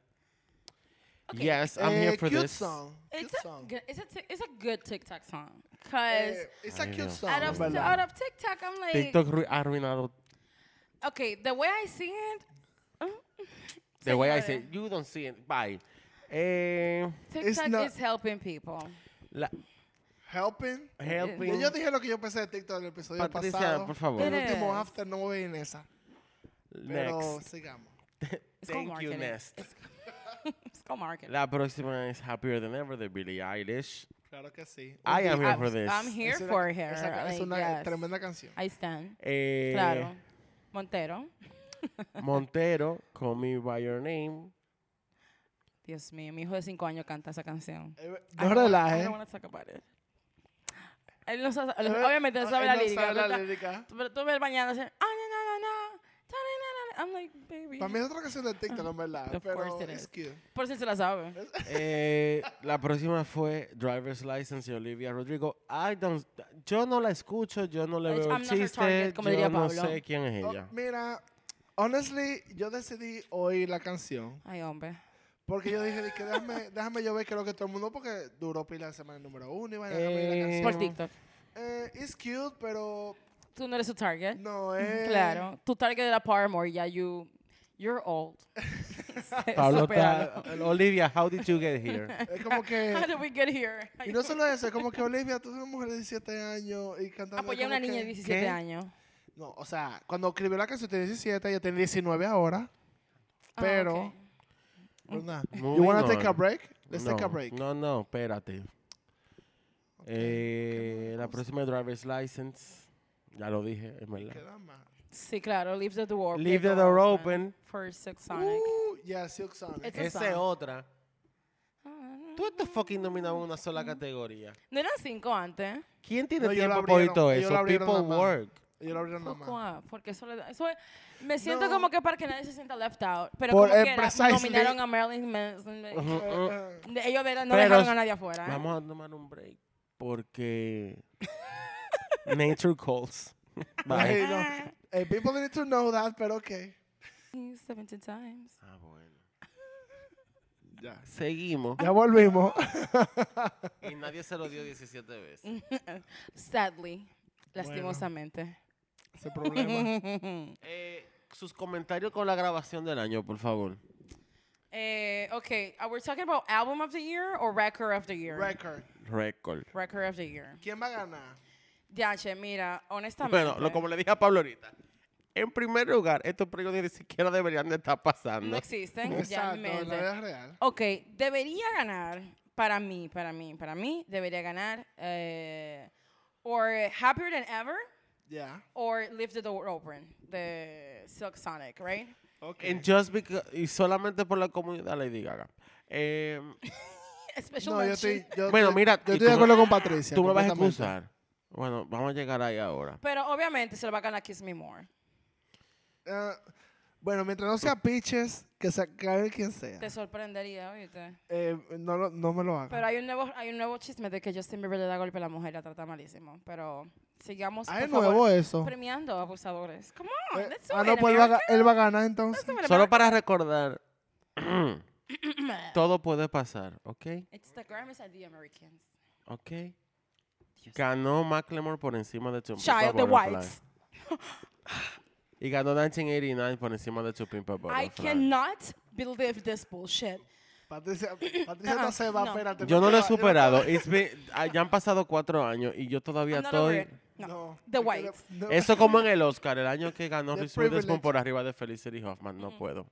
[SPEAKER 3] Yes, I'm
[SPEAKER 4] Eh,
[SPEAKER 3] here for
[SPEAKER 4] cute
[SPEAKER 3] this.
[SPEAKER 4] song.
[SPEAKER 2] It's
[SPEAKER 4] cute
[SPEAKER 2] a,
[SPEAKER 4] song.
[SPEAKER 2] good, it's, a ti- it's a good TikTok song. Because
[SPEAKER 4] Eh, it's a
[SPEAKER 3] Ay,
[SPEAKER 4] cute
[SPEAKER 3] Dios.
[SPEAKER 4] song.
[SPEAKER 2] out,
[SPEAKER 4] en
[SPEAKER 2] of,
[SPEAKER 4] verdad.
[SPEAKER 2] out of TikTok, I'm like,
[SPEAKER 3] TikTok ru- ha arruinado.
[SPEAKER 2] okay, the way I see it,
[SPEAKER 3] The way I say,
[SPEAKER 2] Señores.
[SPEAKER 3] you don't see it. Bye. Eh,
[SPEAKER 2] TikTok
[SPEAKER 4] not-
[SPEAKER 2] is helping people.
[SPEAKER 3] la,
[SPEAKER 4] Helping.
[SPEAKER 3] helping.
[SPEAKER 4] Y yo dije lo que yo pensé de TikTok en el episodio
[SPEAKER 3] Patricia,
[SPEAKER 4] pasado.
[SPEAKER 3] por favor.
[SPEAKER 4] El
[SPEAKER 2] It
[SPEAKER 4] último
[SPEAKER 2] is.
[SPEAKER 4] after no voy en esa. Pero
[SPEAKER 3] Next.
[SPEAKER 4] sigamos.
[SPEAKER 2] It's called
[SPEAKER 3] Thank you,
[SPEAKER 2] marketing.
[SPEAKER 3] Nest.
[SPEAKER 2] It's called marketing.
[SPEAKER 3] La próxima es Happier Than Ever de Billie Eilish.
[SPEAKER 4] Claro que sí.
[SPEAKER 3] I am here
[SPEAKER 2] I'm,
[SPEAKER 3] for this.
[SPEAKER 2] I'm here
[SPEAKER 4] Es una-
[SPEAKER 2] for her.
[SPEAKER 4] esa- es
[SPEAKER 2] like,
[SPEAKER 4] una eh,
[SPEAKER 2] yes.
[SPEAKER 4] tremenda canción.
[SPEAKER 2] I stand.
[SPEAKER 3] Eh,
[SPEAKER 2] Claro. Montero.
[SPEAKER 3] Montero, Call Me By Your Name.
[SPEAKER 2] Dios mío, mi hijo de cinco años canta esa canción.
[SPEAKER 4] Eh,
[SPEAKER 2] I
[SPEAKER 4] No
[SPEAKER 2] don't wanna- I
[SPEAKER 4] relajes.
[SPEAKER 2] don't wanna talk about it. Él no sabe,
[SPEAKER 4] Eh,
[SPEAKER 2] obviamente no sabe la
[SPEAKER 4] no
[SPEAKER 2] lírica.
[SPEAKER 4] sabe la
[SPEAKER 2] pero-
[SPEAKER 4] lírica.
[SPEAKER 2] Pero tú ves bañándose. Ah, na, na, na, na, ta, na, na, na, na. I'm like, baby.
[SPEAKER 4] Para mí es otra canción de TikTok, en verdad.
[SPEAKER 2] Of
[SPEAKER 4] pero
[SPEAKER 2] course it
[SPEAKER 4] es
[SPEAKER 2] is.
[SPEAKER 4] cute.
[SPEAKER 2] Por si se la sabe.
[SPEAKER 3] Eh, la próxima fue Driver's License y Olivia Rodrigo. I don't, yo no la escucho, yo no le
[SPEAKER 2] Bitch,
[SPEAKER 3] veo
[SPEAKER 2] I'm
[SPEAKER 3] el
[SPEAKER 2] not her
[SPEAKER 3] chiste,
[SPEAKER 2] target, como
[SPEAKER 3] yo
[SPEAKER 2] diría
[SPEAKER 3] no
[SPEAKER 2] Pablo.
[SPEAKER 3] sé quién es
[SPEAKER 4] Oh,
[SPEAKER 3] ella.
[SPEAKER 4] mira, honestly, yo decidí oír la canción.
[SPEAKER 2] Ay, hombre.
[SPEAKER 4] Porque yo dije, de que déjame, déjame yo ver que lo que todo el mundo, porque duró pila la semana número uno y va a la
[SPEAKER 3] Eh,
[SPEAKER 2] Por
[SPEAKER 4] canción.
[SPEAKER 2] TikTok.
[SPEAKER 4] Eh, it's cute, pero
[SPEAKER 2] Tú no eres su target.
[SPEAKER 4] no eh. es.
[SPEAKER 2] Claro. Tu target era Paramore. Ya, you, you're old.
[SPEAKER 3] Pablo
[SPEAKER 2] Supéralo.
[SPEAKER 3] está, Olivia, how did you get here?
[SPEAKER 4] Es como
[SPEAKER 2] How
[SPEAKER 4] que.
[SPEAKER 2] did we get here?
[SPEAKER 4] Y no solo eso, es como que Olivia, tú eres una mujer de 17 años y cantando.
[SPEAKER 2] Apoyé a
[SPEAKER 4] como
[SPEAKER 2] una niña de
[SPEAKER 4] que-
[SPEAKER 2] 17
[SPEAKER 3] ¿Qué?
[SPEAKER 2] años.
[SPEAKER 4] No, o sea, cuando escribió la canción tenía 17, ella tiene 19 ahora.
[SPEAKER 2] Ah,
[SPEAKER 4] Pero.
[SPEAKER 2] ok.
[SPEAKER 4] pues nada. You
[SPEAKER 3] Mm. Moving
[SPEAKER 4] wanna take a
[SPEAKER 3] on.
[SPEAKER 4] break? Let's
[SPEAKER 3] no,
[SPEAKER 4] take a break.
[SPEAKER 3] No, no, espérate. Eh, la
[SPEAKER 4] cosa.
[SPEAKER 3] próxima es Driver's License. Ya lo dije, es verdad.
[SPEAKER 4] Queda mal.
[SPEAKER 2] Sí, claro. Leave the door,
[SPEAKER 3] Leave the door open.
[SPEAKER 2] For Silk Sonic.
[SPEAKER 4] Uh, yeah, Silk Sonic.
[SPEAKER 2] It's-
[SPEAKER 3] Esa es otra.
[SPEAKER 4] Uh.
[SPEAKER 3] Tú estás fucking nominado en una sola categoría.
[SPEAKER 2] Ah, ¿No eran cinco antes?
[SPEAKER 3] ¿Quién tiene
[SPEAKER 4] No, ellos la
[SPEAKER 3] tiempo para oír
[SPEAKER 4] abrieron,
[SPEAKER 3] todo
[SPEAKER 4] ellos
[SPEAKER 3] eso?
[SPEAKER 4] la abrieron
[SPEAKER 3] People
[SPEAKER 4] nada más.
[SPEAKER 3] work.
[SPEAKER 4] Yo lo abrieron nomás.
[SPEAKER 2] Poco, ah, Porque eso, le da- eso es- me siento
[SPEAKER 4] No.
[SPEAKER 2] como que para que nadie se sienta left out. Pero
[SPEAKER 4] Por-
[SPEAKER 2] como
[SPEAKER 4] eh,
[SPEAKER 2] que
[SPEAKER 4] precisely.
[SPEAKER 2] nominaron a Marilyn Manson. eh,
[SPEAKER 3] Ujú, ujú.
[SPEAKER 4] Eh, eh,
[SPEAKER 2] Ellos de- no
[SPEAKER 3] Pero
[SPEAKER 2] dejaron
[SPEAKER 3] s-
[SPEAKER 2] a nadie afuera. ¿eh?
[SPEAKER 3] Vamos a tomar un break porque nature calls. Bye.
[SPEAKER 4] ay, no. Eh, people need to know that, pero ok.
[SPEAKER 2] 17 times.
[SPEAKER 3] Ah, bueno.
[SPEAKER 4] Ya.
[SPEAKER 3] Seguimos.
[SPEAKER 4] Ya volvimos.
[SPEAKER 3] Y nadie se lo dio 17 veces.
[SPEAKER 2] Sadly. Lastimosamente.
[SPEAKER 4] Ese problema.
[SPEAKER 3] Eh, sus comentarios con la grabación del año, por favor.
[SPEAKER 2] Eh, okay, are we talking about album of the year or record of the year?
[SPEAKER 4] Record.
[SPEAKER 3] Record.
[SPEAKER 2] record of the year.
[SPEAKER 4] ¿Quién va a ganar?
[SPEAKER 2] Diache, mira, honestamente.
[SPEAKER 3] Bueno, lo- como le dije a Pablo ahorita, en primer lugar, estos premios ni siquiera deberían de estar
[SPEAKER 2] no
[SPEAKER 3] pasando.
[SPEAKER 2] existen. ya,
[SPEAKER 4] Exacto,
[SPEAKER 2] mi
[SPEAKER 4] en la
[SPEAKER 2] mente.
[SPEAKER 4] vida real.
[SPEAKER 2] Ok, debería ganar, para mí, para mí, para mí, debería ganar eh, or Happier Than Ever
[SPEAKER 4] Ya.
[SPEAKER 2] or Leave the Door Open de Silk Sonic, right?
[SPEAKER 4] Ok.
[SPEAKER 3] And just because- y solamente por la comunidad Lady Gaga. Eh,
[SPEAKER 2] Special
[SPEAKER 4] No, yo
[SPEAKER 2] mention.
[SPEAKER 4] estoy. Yo,
[SPEAKER 3] Bueno,
[SPEAKER 4] yo-
[SPEAKER 3] mira, y
[SPEAKER 4] Yo estoy
[SPEAKER 3] tú
[SPEAKER 4] de acuerdo
[SPEAKER 3] me-
[SPEAKER 4] con Patricia.
[SPEAKER 3] Tú me vas a
[SPEAKER 4] completamente.
[SPEAKER 3] excusar. Bueno, vamos a llegar ahí ahora.
[SPEAKER 2] Pero obviamente se lo va a ganar Kiss Me More.
[SPEAKER 4] Eh, bueno, mientras no sea pitches, que se acabe quien sea.
[SPEAKER 2] Te sorprendería, oíste.
[SPEAKER 4] Eh, no, lo- no me lo hagas.
[SPEAKER 2] Pero hay un nuevo, hay un nuevo chisme de que Justin Bieber le da golpe a la mujer y la trata malísimo. Pero sigamos
[SPEAKER 4] Ah, es
[SPEAKER 2] por favor,
[SPEAKER 4] nuevo eso.
[SPEAKER 2] premiando abusadores. Come on,
[SPEAKER 4] Eh,
[SPEAKER 2] let's do
[SPEAKER 4] ah,
[SPEAKER 2] it,
[SPEAKER 4] no, pues él va, a ga-
[SPEAKER 2] America.
[SPEAKER 4] él va a ganar entonces.
[SPEAKER 2] Let's do it,
[SPEAKER 3] Solo
[SPEAKER 2] America.
[SPEAKER 3] para recordar, todo puede pasar, ¿ok?
[SPEAKER 2] It's the Grammys and the Americans.
[SPEAKER 3] ¿Ok? Ganó Macklemore por encima de Chopin
[SPEAKER 2] Child, the whites.
[SPEAKER 3] Y ganó 1989 por encima de Chopin Butterfly.
[SPEAKER 2] I cannot believe this bullshit.
[SPEAKER 4] Patricia, Patricia no
[SPEAKER 2] Ah,
[SPEAKER 4] se va,
[SPEAKER 2] no.
[SPEAKER 4] espérate.
[SPEAKER 3] Yo no lo he
[SPEAKER 4] te va-
[SPEAKER 3] superado. It's been- ah, ya han pasado cuatro años y yo todavía
[SPEAKER 2] I'm not over
[SPEAKER 3] estoy...
[SPEAKER 2] it.
[SPEAKER 4] No.
[SPEAKER 2] No.
[SPEAKER 4] no,
[SPEAKER 2] The
[SPEAKER 4] no,
[SPEAKER 2] Whites.
[SPEAKER 4] no.
[SPEAKER 3] Eso como en el Oscar, el año que ganó
[SPEAKER 4] The
[SPEAKER 3] Reese Witherspoon
[SPEAKER 4] privilege.
[SPEAKER 3] por arriba de Felicity Hoffman. No puedo.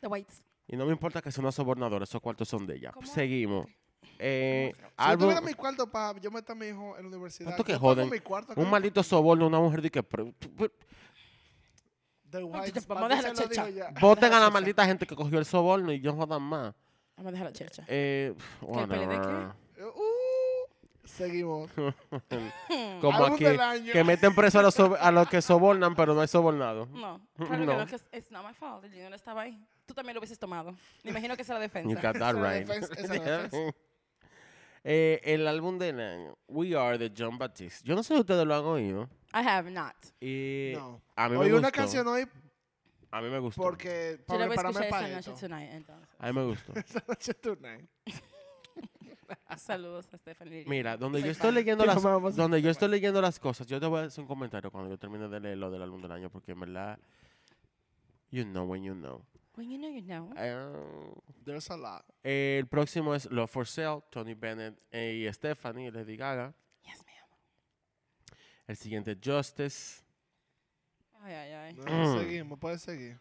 [SPEAKER 2] The whites.
[SPEAKER 3] Y no me importa que sea una sobornadora, esos cuartos son de ella.
[SPEAKER 2] ¿Cómo?
[SPEAKER 3] Seguimos. Eh,
[SPEAKER 4] Si yo
[SPEAKER 3] álbum-
[SPEAKER 4] tuviera mi cuarto para yo meto a mi hijo en la universidad.
[SPEAKER 3] Tanto que
[SPEAKER 4] yo pago
[SPEAKER 3] joden.
[SPEAKER 4] mi cuarto,
[SPEAKER 3] Un
[SPEAKER 4] que-
[SPEAKER 3] maldito soborno, una mujer de que... pr- pr-
[SPEAKER 4] The Whites.
[SPEAKER 2] Vamos a dejar
[SPEAKER 4] Patricia
[SPEAKER 2] la
[SPEAKER 4] lo dijo ya.
[SPEAKER 3] Voten a la maldita gente que cogió el soborno y yo jodan más.
[SPEAKER 2] Vamos a dejar la chercha.
[SPEAKER 3] Eh,
[SPEAKER 2] pele de qué?
[SPEAKER 3] whatever.
[SPEAKER 4] Eh, uh, seguimos.
[SPEAKER 3] Como
[SPEAKER 4] Álbum
[SPEAKER 3] aquí,
[SPEAKER 4] del año.
[SPEAKER 3] que meten preso a los, so- a los que sobornan, pero no hay sobornado.
[SPEAKER 2] No, claro
[SPEAKER 3] No.
[SPEAKER 2] que no, que es- it's not my fault. Yo no estaba ahí. Tú también lo hubieses tomado. Me imagino que esa es la
[SPEAKER 3] You
[SPEAKER 2] defensa.
[SPEAKER 3] got that
[SPEAKER 4] Esa
[SPEAKER 3] right.
[SPEAKER 4] defensa- esa defensa.
[SPEAKER 3] Eh, el álbum del año, We Are, de John Baptiste. Yo no sé si ustedes lo han oído.
[SPEAKER 2] I have not.
[SPEAKER 3] Y
[SPEAKER 4] No.
[SPEAKER 3] a mí me
[SPEAKER 4] Oí
[SPEAKER 3] gustó.
[SPEAKER 4] una canción hoy
[SPEAKER 3] A mí me gustó.
[SPEAKER 4] porque
[SPEAKER 2] Yo
[SPEAKER 4] para
[SPEAKER 2] la voy a
[SPEAKER 4] prepararme
[SPEAKER 2] escuchar esa
[SPEAKER 4] para
[SPEAKER 2] noche
[SPEAKER 4] esto.
[SPEAKER 2] tonight, entonces.
[SPEAKER 3] A mí me gustó.
[SPEAKER 4] Esa noche tonight.
[SPEAKER 2] Ah, Saludos a Stephanie.
[SPEAKER 3] Mira, donde yo
[SPEAKER 2] Soy
[SPEAKER 3] estoy
[SPEAKER 2] fan.
[SPEAKER 3] leyendo
[SPEAKER 4] Te
[SPEAKER 3] las
[SPEAKER 4] amamos.
[SPEAKER 3] donde yo estoy leyendo las cosas, yo te voy a hacer un comentario cuando yo termine de leer lo del álbum del año, porque en verdad, you know when you know.
[SPEAKER 2] When you know, you know.
[SPEAKER 3] Ah,
[SPEAKER 4] There's a lot.
[SPEAKER 3] el próximo es Love for Sale, Tony Bennett eh, y Stephanie, Lady Gaga.
[SPEAKER 2] Yes, ma'am.
[SPEAKER 3] El siguiente Justice.
[SPEAKER 2] Ay, ay, ay.
[SPEAKER 4] No,
[SPEAKER 3] Mm.
[SPEAKER 4] Seguimos, puedes seguir.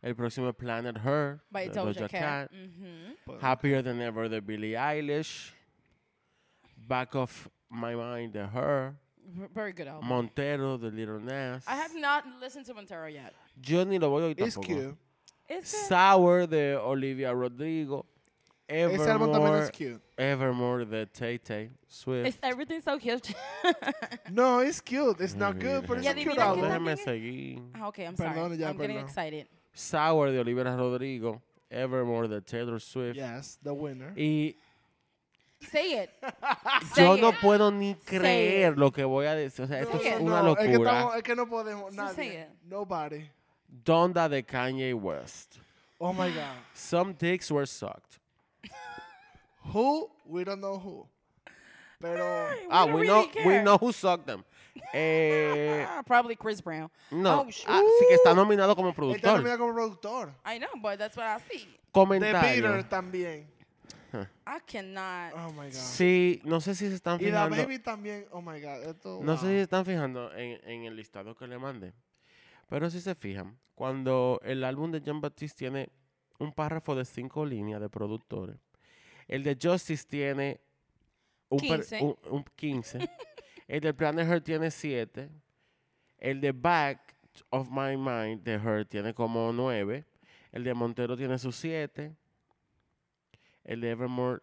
[SPEAKER 3] El próximo es Planet Her,
[SPEAKER 2] By
[SPEAKER 3] de
[SPEAKER 2] Doja
[SPEAKER 3] Doja
[SPEAKER 2] Cat.
[SPEAKER 3] Cat.
[SPEAKER 2] Mhm.
[SPEAKER 4] Puedes.
[SPEAKER 3] Happier Than Ever de Billie Eilish. Back of My Mind de Her.
[SPEAKER 2] V- Very good album.
[SPEAKER 3] Montero de Little Nas.
[SPEAKER 2] I have not listened to Montero yet.
[SPEAKER 3] Yo ni lo voy a oír
[SPEAKER 4] It's
[SPEAKER 3] tampoco.
[SPEAKER 4] cute.
[SPEAKER 2] Is it?
[SPEAKER 3] Sour de Olivia Rodrigo.
[SPEAKER 4] Ese Este álbum también
[SPEAKER 3] Evermore,
[SPEAKER 4] es cute.
[SPEAKER 3] Evermore de Tay Tay Swift.
[SPEAKER 2] Is everything so cute? Ah,
[SPEAKER 4] No, it's cute. It's not
[SPEAKER 3] Ay,
[SPEAKER 4] good, pero
[SPEAKER 3] Virgen.
[SPEAKER 4] it's
[SPEAKER 2] Y
[SPEAKER 4] a cute
[SPEAKER 2] adivina qué
[SPEAKER 4] album.
[SPEAKER 2] también
[SPEAKER 3] Déjeme
[SPEAKER 2] es-
[SPEAKER 3] seguir.
[SPEAKER 2] ah, okay, I'm
[SPEAKER 4] Perdón,
[SPEAKER 2] sorry.
[SPEAKER 4] ya,
[SPEAKER 2] I'm getting
[SPEAKER 4] perdón.
[SPEAKER 2] excited.
[SPEAKER 3] Sour de Olivia Rodrigo. Evermore de Taylor Swift.
[SPEAKER 4] Yes, the winner.
[SPEAKER 3] Y
[SPEAKER 2] Say it. Say
[SPEAKER 3] yo
[SPEAKER 2] it.
[SPEAKER 3] no puedo ni
[SPEAKER 2] Say
[SPEAKER 3] creer
[SPEAKER 2] it.
[SPEAKER 3] lo que voy a decir. O sea, esto
[SPEAKER 2] Say
[SPEAKER 3] es
[SPEAKER 2] it.
[SPEAKER 3] una
[SPEAKER 4] no, Es que,
[SPEAKER 3] locura.
[SPEAKER 4] estamos- es que no podemos.
[SPEAKER 2] Sí,
[SPEAKER 4] Nadie.
[SPEAKER 2] sigue.
[SPEAKER 4] Nobody.
[SPEAKER 3] Donda de Kanye West.
[SPEAKER 4] Oh my God.
[SPEAKER 3] Some dicks were sucked.
[SPEAKER 4] Who? We don't know who. Pero.
[SPEAKER 3] ah,
[SPEAKER 2] don't
[SPEAKER 3] we
[SPEAKER 2] really
[SPEAKER 3] know, we
[SPEAKER 2] care.
[SPEAKER 3] know who sucked them. Eh,
[SPEAKER 2] Ah, probably Chris Brown.
[SPEAKER 3] no.
[SPEAKER 2] Oh, sh-
[SPEAKER 3] Ah, sí que está nominado como
[SPEAKER 4] Él
[SPEAKER 3] productor.
[SPEAKER 4] termina como productor.
[SPEAKER 2] I know, but that's what I see.
[SPEAKER 4] The
[SPEAKER 3] Comentario.
[SPEAKER 4] Beater también.
[SPEAKER 2] I cannot.
[SPEAKER 4] Oh my God.
[SPEAKER 3] Sí, no sé si se están
[SPEAKER 4] Y la
[SPEAKER 3] fijando.
[SPEAKER 4] baby también. Oh my God. Esto,
[SPEAKER 3] No
[SPEAKER 4] wow.
[SPEAKER 3] sé si se están fijando en, en el listado que le mandé. Pero si se fijan, cuando el álbum de Jean Baptiste tiene un párrafo de cinco líneas de productores, el de Justice tiene un per-
[SPEAKER 2] 15.
[SPEAKER 3] un- un 15, el de Planet Her tiene 7, el de Back of My Mind de Her tiene como 9, el de Montero tiene sus 7, el de Evermore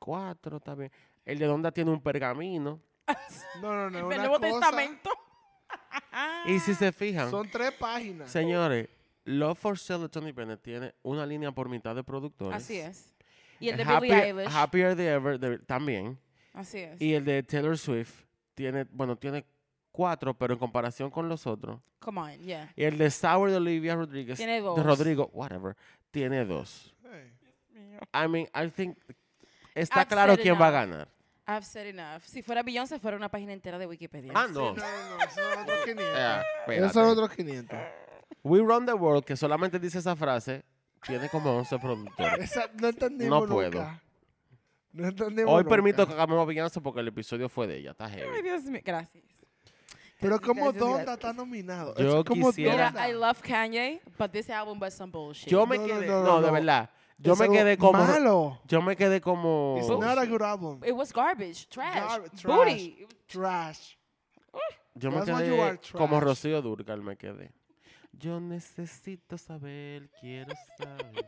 [SPEAKER 3] 4 también, el de Donda tiene un pergamino.
[SPEAKER 4] No, no, no.
[SPEAKER 2] El
[SPEAKER 4] una
[SPEAKER 2] Nuevo
[SPEAKER 4] cosa-
[SPEAKER 2] Testamento.
[SPEAKER 3] Y si se fijan,
[SPEAKER 4] Son tres páginas.
[SPEAKER 3] señores, Love for Sale de Tony Bennett tiene una línea por mitad de productores.
[SPEAKER 2] Así es. Y el de
[SPEAKER 3] Happy-
[SPEAKER 2] Billie Eilish.
[SPEAKER 3] Happier Than Ever de- también.
[SPEAKER 2] Así es.
[SPEAKER 3] Y el de Taylor Swift tiene, bueno, tiene cuatro, pero en comparación con los otros.
[SPEAKER 2] Come on, yeah.
[SPEAKER 3] Y el de Sour de Olivia Rodríguez.
[SPEAKER 2] Tiene dos.
[SPEAKER 3] De Rodrigo, whatever. Tiene dos.
[SPEAKER 4] Hey.
[SPEAKER 3] I mean, I think está
[SPEAKER 2] I've
[SPEAKER 3] claro
[SPEAKER 2] said
[SPEAKER 3] quién va a
[SPEAKER 2] enough.
[SPEAKER 3] ganar.
[SPEAKER 2] I've said enough. Si fuera Beyoncé, fuera una página entera de Wikipedia.
[SPEAKER 3] Ah, no.
[SPEAKER 4] No, no, no. Esos son otros 500.
[SPEAKER 3] Eh,
[SPEAKER 4] Esos
[SPEAKER 3] espérate.
[SPEAKER 4] son otros 500.
[SPEAKER 3] We Run the World, que solamente dice esa frase, tiene como 11 productores.
[SPEAKER 4] Esa, no entendimos
[SPEAKER 3] No puedo.
[SPEAKER 4] nunca. No entendimos
[SPEAKER 3] Hoy
[SPEAKER 4] nunca.
[SPEAKER 3] permito que hagamos a Beyoncé porque el episodio fue de ella. Está
[SPEAKER 2] Ay,
[SPEAKER 3] heavy.
[SPEAKER 2] Dios mío. Gracias.
[SPEAKER 4] Pero como
[SPEAKER 2] Gracias,
[SPEAKER 4] Donda
[SPEAKER 2] gracias.
[SPEAKER 4] está nominado.
[SPEAKER 3] Yo
[SPEAKER 4] es como
[SPEAKER 3] quisiera-
[SPEAKER 2] Mira,
[SPEAKER 4] Donda.
[SPEAKER 2] I love Kanye, but this album was some bullshit.
[SPEAKER 3] Yo me
[SPEAKER 4] No, no,
[SPEAKER 3] quedé. No,
[SPEAKER 4] no, no,
[SPEAKER 3] de
[SPEAKER 4] no.
[SPEAKER 3] verdad. Yo
[SPEAKER 4] Es
[SPEAKER 3] me
[SPEAKER 4] algo
[SPEAKER 3] quedé como.
[SPEAKER 4] Malo.
[SPEAKER 3] Yo me quedé como.
[SPEAKER 4] It's not a good album.
[SPEAKER 2] It was garbage, trash,
[SPEAKER 4] Gar- trash.
[SPEAKER 2] booty.
[SPEAKER 4] Trash.
[SPEAKER 3] Yo me
[SPEAKER 4] That's why you
[SPEAKER 3] quedé
[SPEAKER 4] are
[SPEAKER 3] como
[SPEAKER 4] trash.
[SPEAKER 3] Rocío Durcal me quedé. Yo necesito saber, quiero saber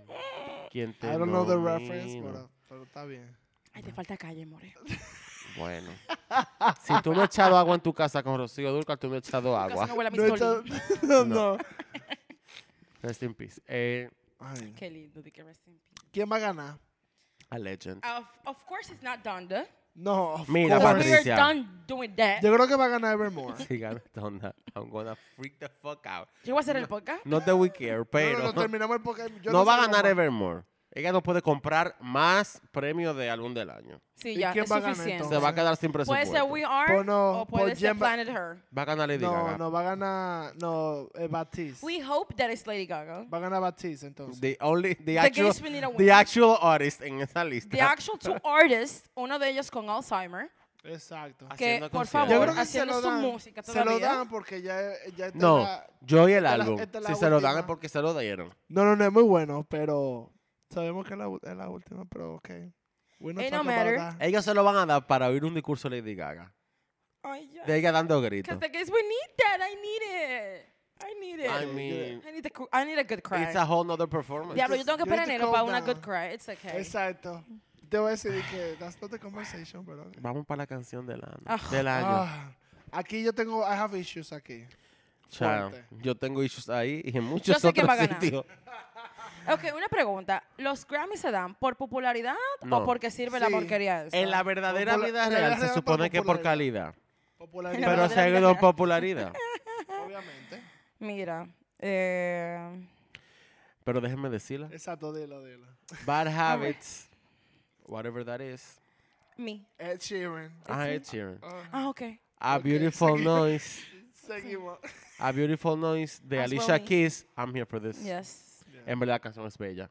[SPEAKER 3] quién te
[SPEAKER 4] I don't know the
[SPEAKER 3] nomina.
[SPEAKER 4] reference, pero, pero está bien.
[SPEAKER 2] Ay, te falta calle, more.
[SPEAKER 3] Bueno. si tú no has echado agua en tu casa con Rocío Durcal, tú no has echado
[SPEAKER 2] Casi
[SPEAKER 3] agua.
[SPEAKER 2] no huele a
[SPEAKER 4] No, está-
[SPEAKER 2] Mistolín.
[SPEAKER 4] no,
[SPEAKER 3] No.
[SPEAKER 4] no.
[SPEAKER 3] Rest in peace. Eh,
[SPEAKER 4] Ay.
[SPEAKER 2] Qué lindo, de que rest in peace.
[SPEAKER 4] ¿Quién va a ganar?
[SPEAKER 3] a legend.
[SPEAKER 2] Of, of course it's not Donda.
[SPEAKER 4] No. of
[SPEAKER 3] Mira,
[SPEAKER 4] course.
[SPEAKER 2] Because we are
[SPEAKER 3] Patricia.
[SPEAKER 2] done doing that.
[SPEAKER 4] Yo creo que va a ganar Evermore.
[SPEAKER 3] Si gana Donda, I'm gonna freak the fuck out.
[SPEAKER 2] Yo voy a hacer el podcast.
[SPEAKER 3] Not that we care, pero.
[SPEAKER 4] No, no, no, terminamos el podcast. Yo
[SPEAKER 3] no va a
[SPEAKER 4] sé
[SPEAKER 3] ganar
[SPEAKER 4] cómo-
[SPEAKER 3] Evermore. Ella no puede comprar más premios de álbum del año.
[SPEAKER 2] Sí,
[SPEAKER 4] ¿Y
[SPEAKER 2] ya,
[SPEAKER 4] quién
[SPEAKER 2] es
[SPEAKER 4] va a ganar
[SPEAKER 2] suficiente.
[SPEAKER 3] Se va a quedar sin
[SPEAKER 2] Puede
[SPEAKER 3] presupuesto.
[SPEAKER 2] ser We Are
[SPEAKER 4] Pues no,
[SPEAKER 2] o puede
[SPEAKER 4] pues
[SPEAKER 2] ser
[SPEAKER 4] Jen va-
[SPEAKER 2] Planet Her.
[SPEAKER 3] Va a ganar Lady
[SPEAKER 4] No,
[SPEAKER 3] Gaga.
[SPEAKER 4] no, va a ganar. No, eh, Batiste.
[SPEAKER 2] We hope that it's Lady Gaga.
[SPEAKER 4] Va a ganar Batiste, entonces.
[SPEAKER 3] The only, the actual,
[SPEAKER 2] gays we need a
[SPEAKER 3] the
[SPEAKER 2] winner.
[SPEAKER 3] actual artist en esa lista.
[SPEAKER 2] The actual two artists, uno de ellos con Alzheimer,
[SPEAKER 4] Exacto.
[SPEAKER 3] Así
[SPEAKER 2] que
[SPEAKER 3] Haciendo
[SPEAKER 2] por
[SPEAKER 3] conciertos.
[SPEAKER 2] favor,
[SPEAKER 4] Yo creo que se
[SPEAKER 2] haciendo
[SPEAKER 4] lo
[SPEAKER 2] su
[SPEAKER 4] dan.
[SPEAKER 2] música
[SPEAKER 4] se
[SPEAKER 2] todavía.
[SPEAKER 4] lo dan porque ya, ya está
[SPEAKER 3] no,
[SPEAKER 4] la-
[SPEAKER 3] yo y el
[SPEAKER 4] esta es la-
[SPEAKER 3] álbum.
[SPEAKER 4] esta es
[SPEAKER 3] si
[SPEAKER 4] la
[SPEAKER 3] se lo dan
[SPEAKER 4] última.
[SPEAKER 3] es porque se lo dieron.
[SPEAKER 4] No, no, no es muy bueno, pero sabemos que es la, u- es la última, pero ok. We're not
[SPEAKER 2] It don't
[SPEAKER 4] talking
[SPEAKER 2] matter.
[SPEAKER 4] about that.
[SPEAKER 3] Ellos se lo van a dar para oír un discurso de Lady Gaga.
[SPEAKER 2] Ay, ya.
[SPEAKER 3] De ella dando gritos.
[SPEAKER 2] Because the gays, we need that. I need it. I need it.
[SPEAKER 3] I
[SPEAKER 2] I,
[SPEAKER 3] mean,
[SPEAKER 2] need a, cr- I need a good cry.
[SPEAKER 3] it's a whole nother performance.
[SPEAKER 2] Diablo, yo tengo que
[SPEAKER 4] You need
[SPEAKER 2] esperar
[SPEAKER 4] to
[SPEAKER 2] enero
[SPEAKER 4] calm
[SPEAKER 2] para una
[SPEAKER 4] down.
[SPEAKER 2] good cry. It's okay.
[SPEAKER 4] Exacto. Te voy a decir que that's not the conversation, pero... ok.
[SPEAKER 3] Vamos para la canción del año.
[SPEAKER 2] Ah.
[SPEAKER 3] Del año.
[SPEAKER 4] Ah, aquí yo tengo, I have issues aquí.
[SPEAKER 3] Chao.
[SPEAKER 4] fuerte.
[SPEAKER 3] Yo tengo issues ahí y en muchos
[SPEAKER 2] sé quién
[SPEAKER 3] otros
[SPEAKER 2] va a ganar.
[SPEAKER 3] sitios.
[SPEAKER 2] Ok, una pregunta. ¿Los Grammys se dan por popularidad
[SPEAKER 3] No.
[SPEAKER 2] o porque sirve la
[SPEAKER 4] Sí.
[SPEAKER 2] porquería esa?
[SPEAKER 3] En la verdadera
[SPEAKER 4] Popula-
[SPEAKER 3] vida
[SPEAKER 4] la
[SPEAKER 3] real
[SPEAKER 4] verdadera
[SPEAKER 3] se
[SPEAKER 4] por
[SPEAKER 3] supone que por
[SPEAKER 4] popularidad.
[SPEAKER 3] calidad.
[SPEAKER 4] Popularidad,
[SPEAKER 3] Pero
[SPEAKER 2] verdadera
[SPEAKER 3] se ha
[SPEAKER 2] vida
[SPEAKER 3] ido en
[SPEAKER 2] real.
[SPEAKER 3] popularidad.
[SPEAKER 4] obviamente.
[SPEAKER 2] Mira, eh,
[SPEAKER 3] Pero déjenme decirla.
[SPEAKER 4] Exacto, dilo, dilo.
[SPEAKER 3] Bad habits. Whatever that is.
[SPEAKER 2] me.
[SPEAKER 4] Ed Sheeran.
[SPEAKER 3] Ah, Ed Sheeran.
[SPEAKER 4] Ah,
[SPEAKER 2] Ah, ok.
[SPEAKER 3] A
[SPEAKER 4] Ok,
[SPEAKER 3] beautiful
[SPEAKER 4] seguimos.
[SPEAKER 3] noise.
[SPEAKER 4] seguimos.
[SPEAKER 3] A beautiful noise de
[SPEAKER 2] As well
[SPEAKER 3] Alicia
[SPEAKER 2] me.
[SPEAKER 3] Keys. I'm here for this.
[SPEAKER 2] Yes.
[SPEAKER 3] En verdad la canción es bella.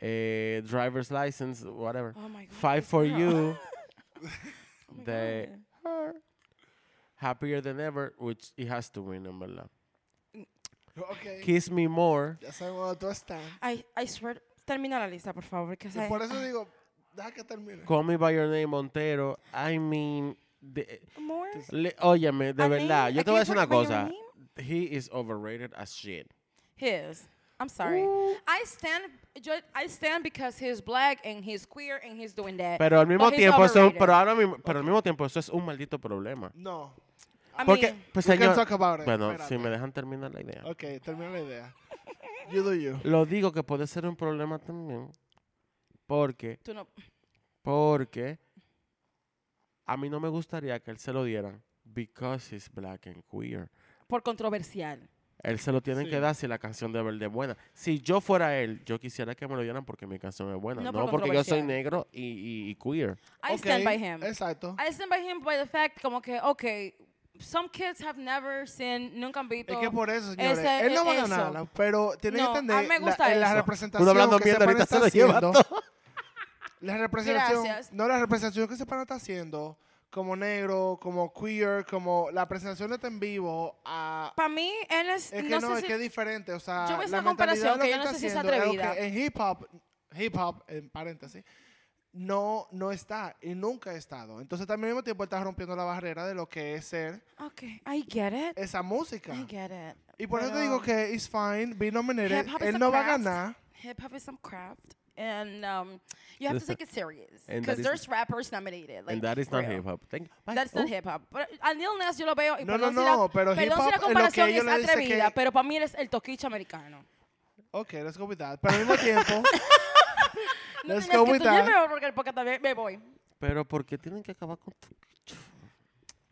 [SPEAKER 3] Eh, driver's license, whatever.
[SPEAKER 2] Oh my God.
[SPEAKER 3] Five for
[SPEAKER 2] wow.
[SPEAKER 3] you.
[SPEAKER 2] Oh my
[SPEAKER 3] de
[SPEAKER 2] God.
[SPEAKER 3] her. Happier than ever, which it has to win, en verdad.
[SPEAKER 4] Ok.
[SPEAKER 3] Kiss me more.
[SPEAKER 4] Ya sabemos dónde tú estás.
[SPEAKER 2] I, I swear, termina la lista, por favor. Que
[SPEAKER 4] Y por eso digo, deja que termine.
[SPEAKER 3] Call me by your name, Montero. I mean, de-
[SPEAKER 2] More.
[SPEAKER 3] le- óyeme, de
[SPEAKER 2] A
[SPEAKER 3] verdad,
[SPEAKER 2] name-
[SPEAKER 3] yo
[SPEAKER 2] a
[SPEAKER 3] te voy a
[SPEAKER 2] key
[SPEAKER 3] decir una
[SPEAKER 2] word by your
[SPEAKER 3] cosa.
[SPEAKER 2] name?
[SPEAKER 3] He is overrated as shit.
[SPEAKER 2] His. I'm sorry. I stand. ju- I stand because he's black and he's queer and he's doing that.
[SPEAKER 3] Pero al mismo
[SPEAKER 2] But he's
[SPEAKER 3] tiempo, eso,
[SPEAKER 2] overrated.
[SPEAKER 3] pero ahora mismo, pero al mismo tiempo, eso es un maldito problema.
[SPEAKER 4] No.
[SPEAKER 2] I
[SPEAKER 3] Porque,
[SPEAKER 2] mean,
[SPEAKER 3] pues
[SPEAKER 4] we can
[SPEAKER 3] señor,
[SPEAKER 4] talk about it,
[SPEAKER 3] bueno, si
[SPEAKER 4] espérate.
[SPEAKER 3] me dejan terminar la idea.
[SPEAKER 4] Ok, termina la idea. You do you.
[SPEAKER 3] Lo digo que puede ser un problema también, porque
[SPEAKER 2] tú no.
[SPEAKER 3] Porque a mí no me gustaría que él se lo dieran because he's black and queer.
[SPEAKER 2] Por controversial.
[SPEAKER 3] Él se lo tienen
[SPEAKER 4] Sí.
[SPEAKER 3] que dar si la canción de verde es buena. Si yo fuera él, yo quisiera que me lo dieran porque mi canción es buena. No,
[SPEAKER 2] No por
[SPEAKER 3] porque yo soy
[SPEAKER 2] controversial.
[SPEAKER 3] negro y, y- y queer.
[SPEAKER 2] I
[SPEAKER 4] Ok,
[SPEAKER 2] stand by him.
[SPEAKER 4] Exacto.
[SPEAKER 2] I stand by him by the fact como que, okay, some kids have never seen, nunca han visto.
[SPEAKER 4] Es que por eso, señores,
[SPEAKER 2] Esa-
[SPEAKER 4] él no va a
[SPEAKER 2] eso.
[SPEAKER 4] ganarla, pero tiene
[SPEAKER 2] No,
[SPEAKER 4] que
[SPEAKER 2] a mí
[SPEAKER 4] entender
[SPEAKER 2] me gusta
[SPEAKER 4] la, en la
[SPEAKER 2] eso.
[SPEAKER 4] representación
[SPEAKER 3] Uno hablando
[SPEAKER 4] que
[SPEAKER 3] mierda,
[SPEAKER 4] ese pana
[SPEAKER 3] ahorita se
[SPEAKER 4] está
[SPEAKER 3] lo lleva
[SPEAKER 4] haciendo.
[SPEAKER 3] todo.
[SPEAKER 4] La representación,
[SPEAKER 2] Gracias.
[SPEAKER 4] no la representación que ese pana está haciendo como negro, como queer, como la presentación está en vivo a
[SPEAKER 2] Para mí, él es,
[SPEAKER 4] es que
[SPEAKER 2] Pues, no, sé
[SPEAKER 4] no, es
[SPEAKER 2] si,
[SPEAKER 4] que es diferente, o sea,
[SPEAKER 2] Yo veo esa
[SPEAKER 4] la mentalidad de
[SPEAKER 2] comparación
[SPEAKER 4] lo
[SPEAKER 2] que
[SPEAKER 4] que
[SPEAKER 2] yo no
[SPEAKER 4] está
[SPEAKER 2] sé si es
[SPEAKER 4] haciendo es algo
[SPEAKER 2] atrevida.
[SPEAKER 4] que en hip hop, hip hop en paréntesis no no está y nunca ha estado. Entonces también al mismo tiempo está rompiendo la barrera de lo que es ser
[SPEAKER 2] okay, I get it,
[SPEAKER 4] esa música.
[SPEAKER 2] I get it.
[SPEAKER 4] Y por eso te
[SPEAKER 2] Pero
[SPEAKER 4] digo que it's fine, be nominated.
[SPEAKER 2] hip hop is
[SPEAKER 4] Él
[SPEAKER 2] a
[SPEAKER 4] no va a
[SPEAKER 2] craft.
[SPEAKER 4] ganar.
[SPEAKER 2] Hip hop is some craft, and um, you have to take it serious
[SPEAKER 3] And that
[SPEAKER 2] because
[SPEAKER 3] is-
[SPEAKER 2] there's rappers nominated. Like,
[SPEAKER 3] And that is
[SPEAKER 2] for
[SPEAKER 3] not
[SPEAKER 2] real.
[SPEAKER 3] hip hop. Thank- Bye.
[SPEAKER 2] That's not
[SPEAKER 3] Oh,
[SPEAKER 2] hip hop. Pero a Lil Nas yo lo veo. Y
[SPEAKER 4] No,
[SPEAKER 2] perdón
[SPEAKER 4] no,
[SPEAKER 2] si la-
[SPEAKER 4] no, pero hip
[SPEAKER 2] perdón si la
[SPEAKER 4] hop es lo que
[SPEAKER 2] comparación es
[SPEAKER 4] ellos le dicen que-
[SPEAKER 2] atrevida, pero para mí eres el toquicha americano.
[SPEAKER 4] Ok, let's go with that. Pero al mismo tiempo,
[SPEAKER 2] No
[SPEAKER 4] Let's
[SPEAKER 2] tienes
[SPEAKER 4] go
[SPEAKER 2] que
[SPEAKER 4] with
[SPEAKER 2] tú- yo
[SPEAKER 4] that.
[SPEAKER 2] me voy porque, porque también me voy.
[SPEAKER 3] Pero porque tienen que acabar con tu...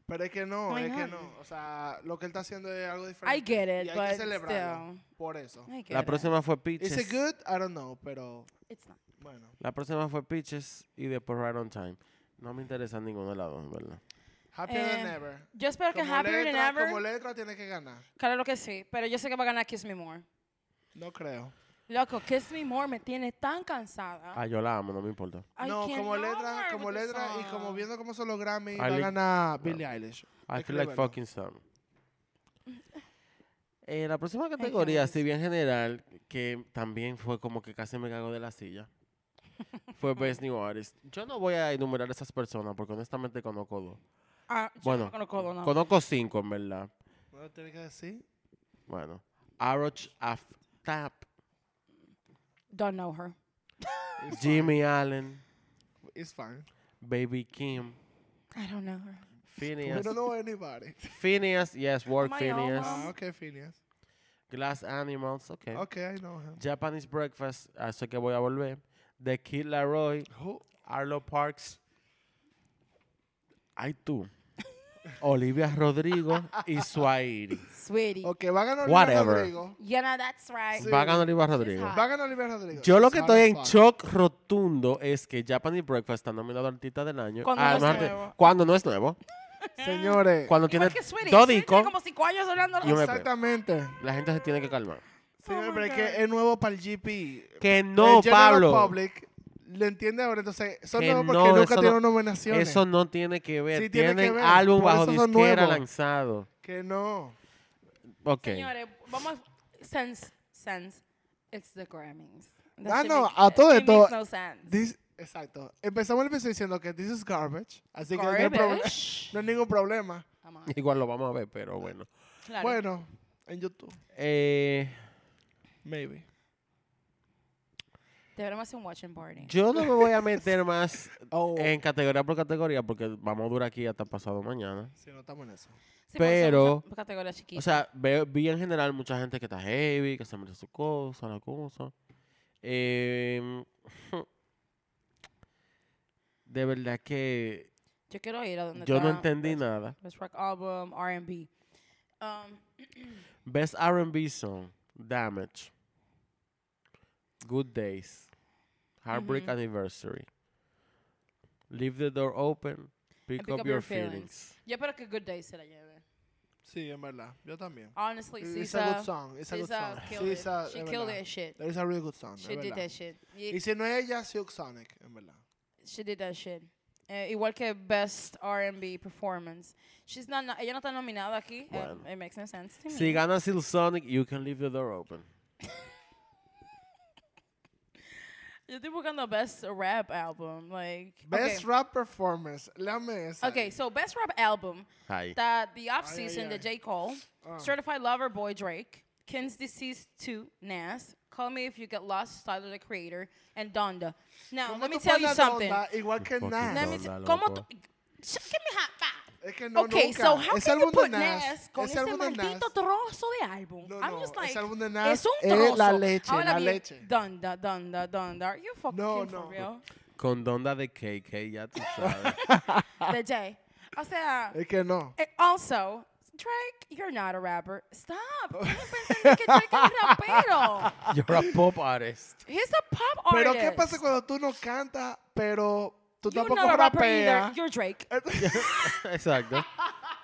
[SPEAKER 4] pero es que no,
[SPEAKER 2] Why
[SPEAKER 4] es que
[SPEAKER 2] not?
[SPEAKER 4] no. O sea, lo que él está haciendo es algo diferente.
[SPEAKER 2] Oh I get it,
[SPEAKER 4] y hay que
[SPEAKER 2] but
[SPEAKER 4] celebrarlo.
[SPEAKER 2] still.
[SPEAKER 4] Por eso.
[SPEAKER 2] I get
[SPEAKER 3] La
[SPEAKER 2] it.
[SPEAKER 3] próxima fue Peaches.
[SPEAKER 4] Is it good? I don't know, pero
[SPEAKER 2] It's not.
[SPEAKER 4] bueno.
[SPEAKER 3] La próxima fue Peaches y después Right on Time. No me interesa ninguno de las dos, en verdad.
[SPEAKER 4] Happier than
[SPEAKER 2] Eh,
[SPEAKER 4] ever.
[SPEAKER 2] Yo espero que
[SPEAKER 4] Como
[SPEAKER 2] Happier
[SPEAKER 4] letra-
[SPEAKER 2] Than Ever.
[SPEAKER 4] Como letra tiene que ganar.
[SPEAKER 2] Claro que sí, pero yo sé que va a ganar Kiss Me More.
[SPEAKER 4] No creo.
[SPEAKER 2] Loco, Kiss Me More me tiene tan cansada.
[SPEAKER 3] Ah, yo la amo, no me importa.
[SPEAKER 2] I
[SPEAKER 4] no, como
[SPEAKER 2] cannot
[SPEAKER 4] letra,
[SPEAKER 2] work
[SPEAKER 4] como
[SPEAKER 2] with this
[SPEAKER 4] letra y
[SPEAKER 2] song.
[SPEAKER 4] como viendo cómo son los Grammy, va a
[SPEAKER 3] Ali-
[SPEAKER 4] ganar Billie Eilish.
[SPEAKER 3] I feel
[SPEAKER 4] Escríbelo.
[SPEAKER 3] like fucking some. Eh, la próxima categoría,
[SPEAKER 2] Dios.
[SPEAKER 3] si bien general, que también fue como que casi me cago de la silla, fue Best New Artist. Yo no voy a enumerar esas personas porque honestamente conozco dos.
[SPEAKER 2] Ah, yo
[SPEAKER 3] Bueno,
[SPEAKER 2] no conozco, no.
[SPEAKER 3] Conozco cinco, en verdad.
[SPEAKER 4] ¿No lo tiene que decir?
[SPEAKER 3] Bueno, Aroch Aftap,
[SPEAKER 2] Don't know her.
[SPEAKER 4] It's
[SPEAKER 3] Jimmy Allen,
[SPEAKER 4] fine. It's fine.
[SPEAKER 3] Baby Kim,
[SPEAKER 2] I don't know her.
[SPEAKER 4] We
[SPEAKER 3] Phineas.
[SPEAKER 4] don't know anybody.
[SPEAKER 3] Phineas, yes, work
[SPEAKER 2] my
[SPEAKER 3] Phineas.
[SPEAKER 2] alma.
[SPEAKER 4] Ah, okay, Phineas.
[SPEAKER 3] Glass Animals, okay.
[SPEAKER 4] Okay, I know him.
[SPEAKER 3] Japanese Breakfast, a eso que voy a volver. The Kid Laroi.
[SPEAKER 4] Who?
[SPEAKER 3] Arlo Parks. Ay, tú. Olivia Rodrigo y Suairi.
[SPEAKER 2] Sweetie.
[SPEAKER 4] Ok, va a ganar
[SPEAKER 3] Whatever.
[SPEAKER 4] Olivia Rodrigo.
[SPEAKER 2] You know that's right.
[SPEAKER 4] Sí.
[SPEAKER 3] Va a ganar Olivia Rodrigo.
[SPEAKER 2] hot.
[SPEAKER 4] Va a ganar Olivia Rodrigo.
[SPEAKER 3] Yo lo que
[SPEAKER 4] Sorry,
[SPEAKER 3] estoy en
[SPEAKER 4] fuck.
[SPEAKER 3] shock rotundo es que Japanese Breakfast está nominado a artista del año.
[SPEAKER 2] Cuando no es
[SPEAKER 3] Además de-
[SPEAKER 2] nuevo.
[SPEAKER 3] Cuando no es nuevo.
[SPEAKER 4] Señores,
[SPEAKER 3] Cuando
[SPEAKER 2] Igual
[SPEAKER 3] tiene
[SPEAKER 2] que Sweetie.
[SPEAKER 3] dos
[SPEAKER 2] Sweetie
[SPEAKER 3] discos,
[SPEAKER 2] tiene como cinco años hablando.
[SPEAKER 3] y un EP.
[SPEAKER 4] exactamente.
[SPEAKER 3] la gente se tiene que calmar.
[SPEAKER 4] Señores, pero es
[SPEAKER 2] Oh God.
[SPEAKER 4] que es nuevo para el GP.
[SPEAKER 3] Que no,
[SPEAKER 4] el General
[SPEAKER 3] Pablo.
[SPEAKER 4] Public le entiende ahora, entonces son
[SPEAKER 3] Que
[SPEAKER 4] nuevos
[SPEAKER 3] no,
[SPEAKER 4] porque
[SPEAKER 3] eso
[SPEAKER 4] nunca
[SPEAKER 3] no-
[SPEAKER 4] tienen nominaciones.
[SPEAKER 3] Eso no tiene que ver.
[SPEAKER 4] Sí, tiene que
[SPEAKER 3] Tienen
[SPEAKER 4] ver.
[SPEAKER 3] álbum
[SPEAKER 4] Por
[SPEAKER 3] bajo
[SPEAKER 4] eso son
[SPEAKER 3] disquera
[SPEAKER 4] nuevos.
[SPEAKER 3] lanzado.
[SPEAKER 4] Que no.
[SPEAKER 3] Ok.
[SPEAKER 2] Señores, vamos. Sense. Sense. It's the Grammys. That
[SPEAKER 4] Ah,
[SPEAKER 2] shit
[SPEAKER 4] no,
[SPEAKER 2] make-
[SPEAKER 4] a todo
[SPEAKER 2] it
[SPEAKER 4] esto-
[SPEAKER 2] makes no sense.
[SPEAKER 4] This- exacto. Empezamos el episodio diciendo que this is garbage, así que no hay, problema-
[SPEAKER 2] Garbage.
[SPEAKER 4] no hay ningún problema.
[SPEAKER 2] Come on.
[SPEAKER 3] Igual lo vamos a ver, pero bueno.
[SPEAKER 2] Claro.
[SPEAKER 4] Bueno, En YouTube.
[SPEAKER 3] Eh,
[SPEAKER 4] Maybe.
[SPEAKER 2] Deberíamos hacer un watching party.
[SPEAKER 3] yo no me voy a meter más
[SPEAKER 4] Oh.
[SPEAKER 3] en categoría por categoría porque vamos a durar aquí hasta pasado mañana.
[SPEAKER 4] Si no estamos en eso.
[SPEAKER 2] Sí, porque son-
[SPEAKER 3] pero-
[SPEAKER 2] son categorías
[SPEAKER 3] O
[SPEAKER 2] chiquitas.
[SPEAKER 3] sea, veo, vi en general mucha gente que está heavy, que se merece su cosa, la cosa. Em, de verdad que
[SPEAKER 2] yo quiero ir a donde
[SPEAKER 3] yo no
[SPEAKER 2] está
[SPEAKER 3] entendí
[SPEAKER 2] Best-
[SPEAKER 3] nada.
[SPEAKER 2] Best Rock Album, R&B. Um,
[SPEAKER 3] Best R&B song, Damage. Good Days. Heartbreak
[SPEAKER 2] Ujú.
[SPEAKER 3] Anniversary. Leave the door open. Pick, up, your, feelings.
[SPEAKER 2] yo espero que Good Day se la lleve.
[SPEAKER 4] Sí, en verdad. Yo también.
[SPEAKER 2] Honestly,
[SPEAKER 4] It's a
[SPEAKER 2] Sisa,
[SPEAKER 4] good song. It's a good
[SPEAKER 2] Sisa
[SPEAKER 4] song.
[SPEAKER 2] killed it.
[SPEAKER 4] Sisa,
[SPEAKER 2] She
[SPEAKER 4] en
[SPEAKER 2] killed
[SPEAKER 4] verdad.
[SPEAKER 2] that shit.
[SPEAKER 4] It's a really good song.
[SPEAKER 2] She
[SPEAKER 4] en
[SPEAKER 2] did
[SPEAKER 4] verdad.
[SPEAKER 2] that shit. Y-
[SPEAKER 4] Y si no es ella, Silk Sonic, en verdad.
[SPEAKER 2] She did that shit. Eh, igual que Best R&B Performance. She's not, no- ella no está nominada aquí. eh,
[SPEAKER 3] Bueno.
[SPEAKER 2] it makes no sense to me.
[SPEAKER 3] Si gana Silk Sonic, you can leave the door open.
[SPEAKER 2] Yo estoy buscando Best Rap Album. Like,
[SPEAKER 4] Best
[SPEAKER 2] okay.
[SPEAKER 4] rap performance. Léame esa.
[SPEAKER 2] Okay, so Best Rap Album.
[SPEAKER 3] Hi.
[SPEAKER 2] Está The Off
[SPEAKER 4] Ay, ay,
[SPEAKER 2] Season de
[SPEAKER 4] ay.
[SPEAKER 2] J. Cole.
[SPEAKER 4] Ah.
[SPEAKER 2] Certified Lover Boy Drake. Kin's Disease 2, Nas. Call Me If You Get Lost, Tyler the Creator. And Donda. Now,
[SPEAKER 4] ¿Cómo
[SPEAKER 2] let me
[SPEAKER 4] tú
[SPEAKER 2] tell you
[SPEAKER 4] pones
[SPEAKER 2] something.
[SPEAKER 4] Donda igual que
[SPEAKER 3] Fucking
[SPEAKER 4] Nas?
[SPEAKER 2] Let me t-
[SPEAKER 3] Donda,
[SPEAKER 2] ¿Cómo
[SPEAKER 3] loco.
[SPEAKER 2] tú- Sh- Give me hot five.
[SPEAKER 4] Es que no,
[SPEAKER 2] okay,
[SPEAKER 4] nunca.
[SPEAKER 2] so how
[SPEAKER 4] Ese
[SPEAKER 2] can you
[SPEAKER 4] álbum de
[SPEAKER 2] put
[SPEAKER 4] Nas,
[SPEAKER 2] Nas con
[SPEAKER 4] ese
[SPEAKER 2] ese
[SPEAKER 4] álbum de
[SPEAKER 2] maldito
[SPEAKER 4] Nas.
[SPEAKER 2] trozo de álbum?
[SPEAKER 4] No,
[SPEAKER 2] I'm
[SPEAKER 4] no,
[SPEAKER 2] just
[SPEAKER 4] ese
[SPEAKER 2] like,
[SPEAKER 4] álbum de Nas
[SPEAKER 2] es un
[SPEAKER 4] es
[SPEAKER 2] trozo.
[SPEAKER 4] la leche,
[SPEAKER 2] Ahora
[SPEAKER 4] la
[SPEAKER 2] bien,
[SPEAKER 4] leche.
[SPEAKER 2] Donda, donda, donda. Are you fucking
[SPEAKER 4] No,
[SPEAKER 2] for
[SPEAKER 4] no.
[SPEAKER 2] real?
[SPEAKER 3] Con Donda de KK, ya tú sabes.
[SPEAKER 2] The J. O sea,
[SPEAKER 4] Es que no.
[SPEAKER 2] eh, also, Drake, you're not a rapper. Stop. Yo no pensé que Drake era un rapero.
[SPEAKER 3] You're a pop artist.
[SPEAKER 2] He's a pop artist.
[SPEAKER 4] Pero ¿qué pasa cuando tú no cantas, pero tú
[SPEAKER 2] You're
[SPEAKER 4] tampoco Eh,
[SPEAKER 2] not a rapper either.
[SPEAKER 4] rapeas?
[SPEAKER 2] You're Drake.
[SPEAKER 3] Exacto.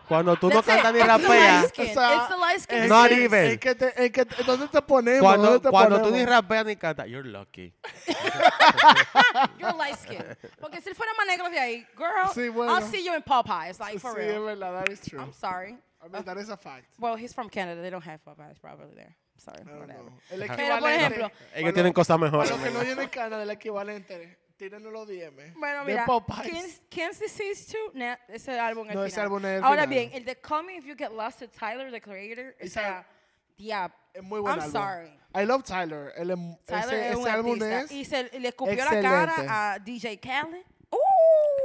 [SPEAKER 3] Cuando tú no
[SPEAKER 2] That's it.
[SPEAKER 3] cantas ni
[SPEAKER 2] It's the light
[SPEAKER 3] rapeas,
[SPEAKER 2] skin.
[SPEAKER 4] O sea,
[SPEAKER 2] It's the light skin.
[SPEAKER 4] Es
[SPEAKER 3] Not
[SPEAKER 4] que-
[SPEAKER 3] even.
[SPEAKER 4] es que te- es que te- ¿Dónde te ponemos?
[SPEAKER 3] cuando,
[SPEAKER 4] ¿Dónde te
[SPEAKER 3] cuando tú ni
[SPEAKER 4] ponemos?
[SPEAKER 3] rapeas ni cantas, you're lucky.
[SPEAKER 2] You're light skinned. Porque si él fuera más negro de ahí, girl,
[SPEAKER 4] Sí, bueno.
[SPEAKER 2] I'll see you in Popeyes, like for
[SPEAKER 4] Sí, es
[SPEAKER 2] real.
[SPEAKER 4] verdad, that is true.
[SPEAKER 2] I'm sorry.
[SPEAKER 4] I mean, that is a fact.
[SPEAKER 2] Well, he's from Canada. They don't have Popeyes probably there. Sorry,
[SPEAKER 4] I don't
[SPEAKER 2] whatever.
[SPEAKER 4] know. El
[SPEAKER 2] por
[SPEAKER 4] equivalente.
[SPEAKER 2] ejemplo, Es
[SPEAKER 3] Es que tienen cosas mejores.
[SPEAKER 4] Para los que no vienen Canadá, el equivalente. Tírenos los DM.
[SPEAKER 2] Bueno,
[SPEAKER 4] de
[SPEAKER 2] mira,
[SPEAKER 4] Popeyes.
[SPEAKER 2] Kins- Kins Disease 2, nah, ese álbum al
[SPEAKER 4] No, ese
[SPEAKER 2] final.
[SPEAKER 4] álbum es el
[SPEAKER 2] Ahora
[SPEAKER 4] final.
[SPEAKER 2] bien, el de Call Me If You Get Lost de Tyler, The Creator, o
[SPEAKER 4] Esa-
[SPEAKER 2] sea, yeah,
[SPEAKER 4] Es muy buen
[SPEAKER 2] I'm
[SPEAKER 4] álbum.
[SPEAKER 2] sorry.
[SPEAKER 4] I love Tyler. Él es-
[SPEAKER 2] Tyler
[SPEAKER 4] ese,
[SPEAKER 2] es
[SPEAKER 4] ese
[SPEAKER 2] un
[SPEAKER 4] álbum
[SPEAKER 2] artista.
[SPEAKER 4] es.
[SPEAKER 2] Y se le escupió
[SPEAKER 4] excelente. ¡Oh!
[SPEAKER 2] la cara a DJ Khaled. ¡Uh!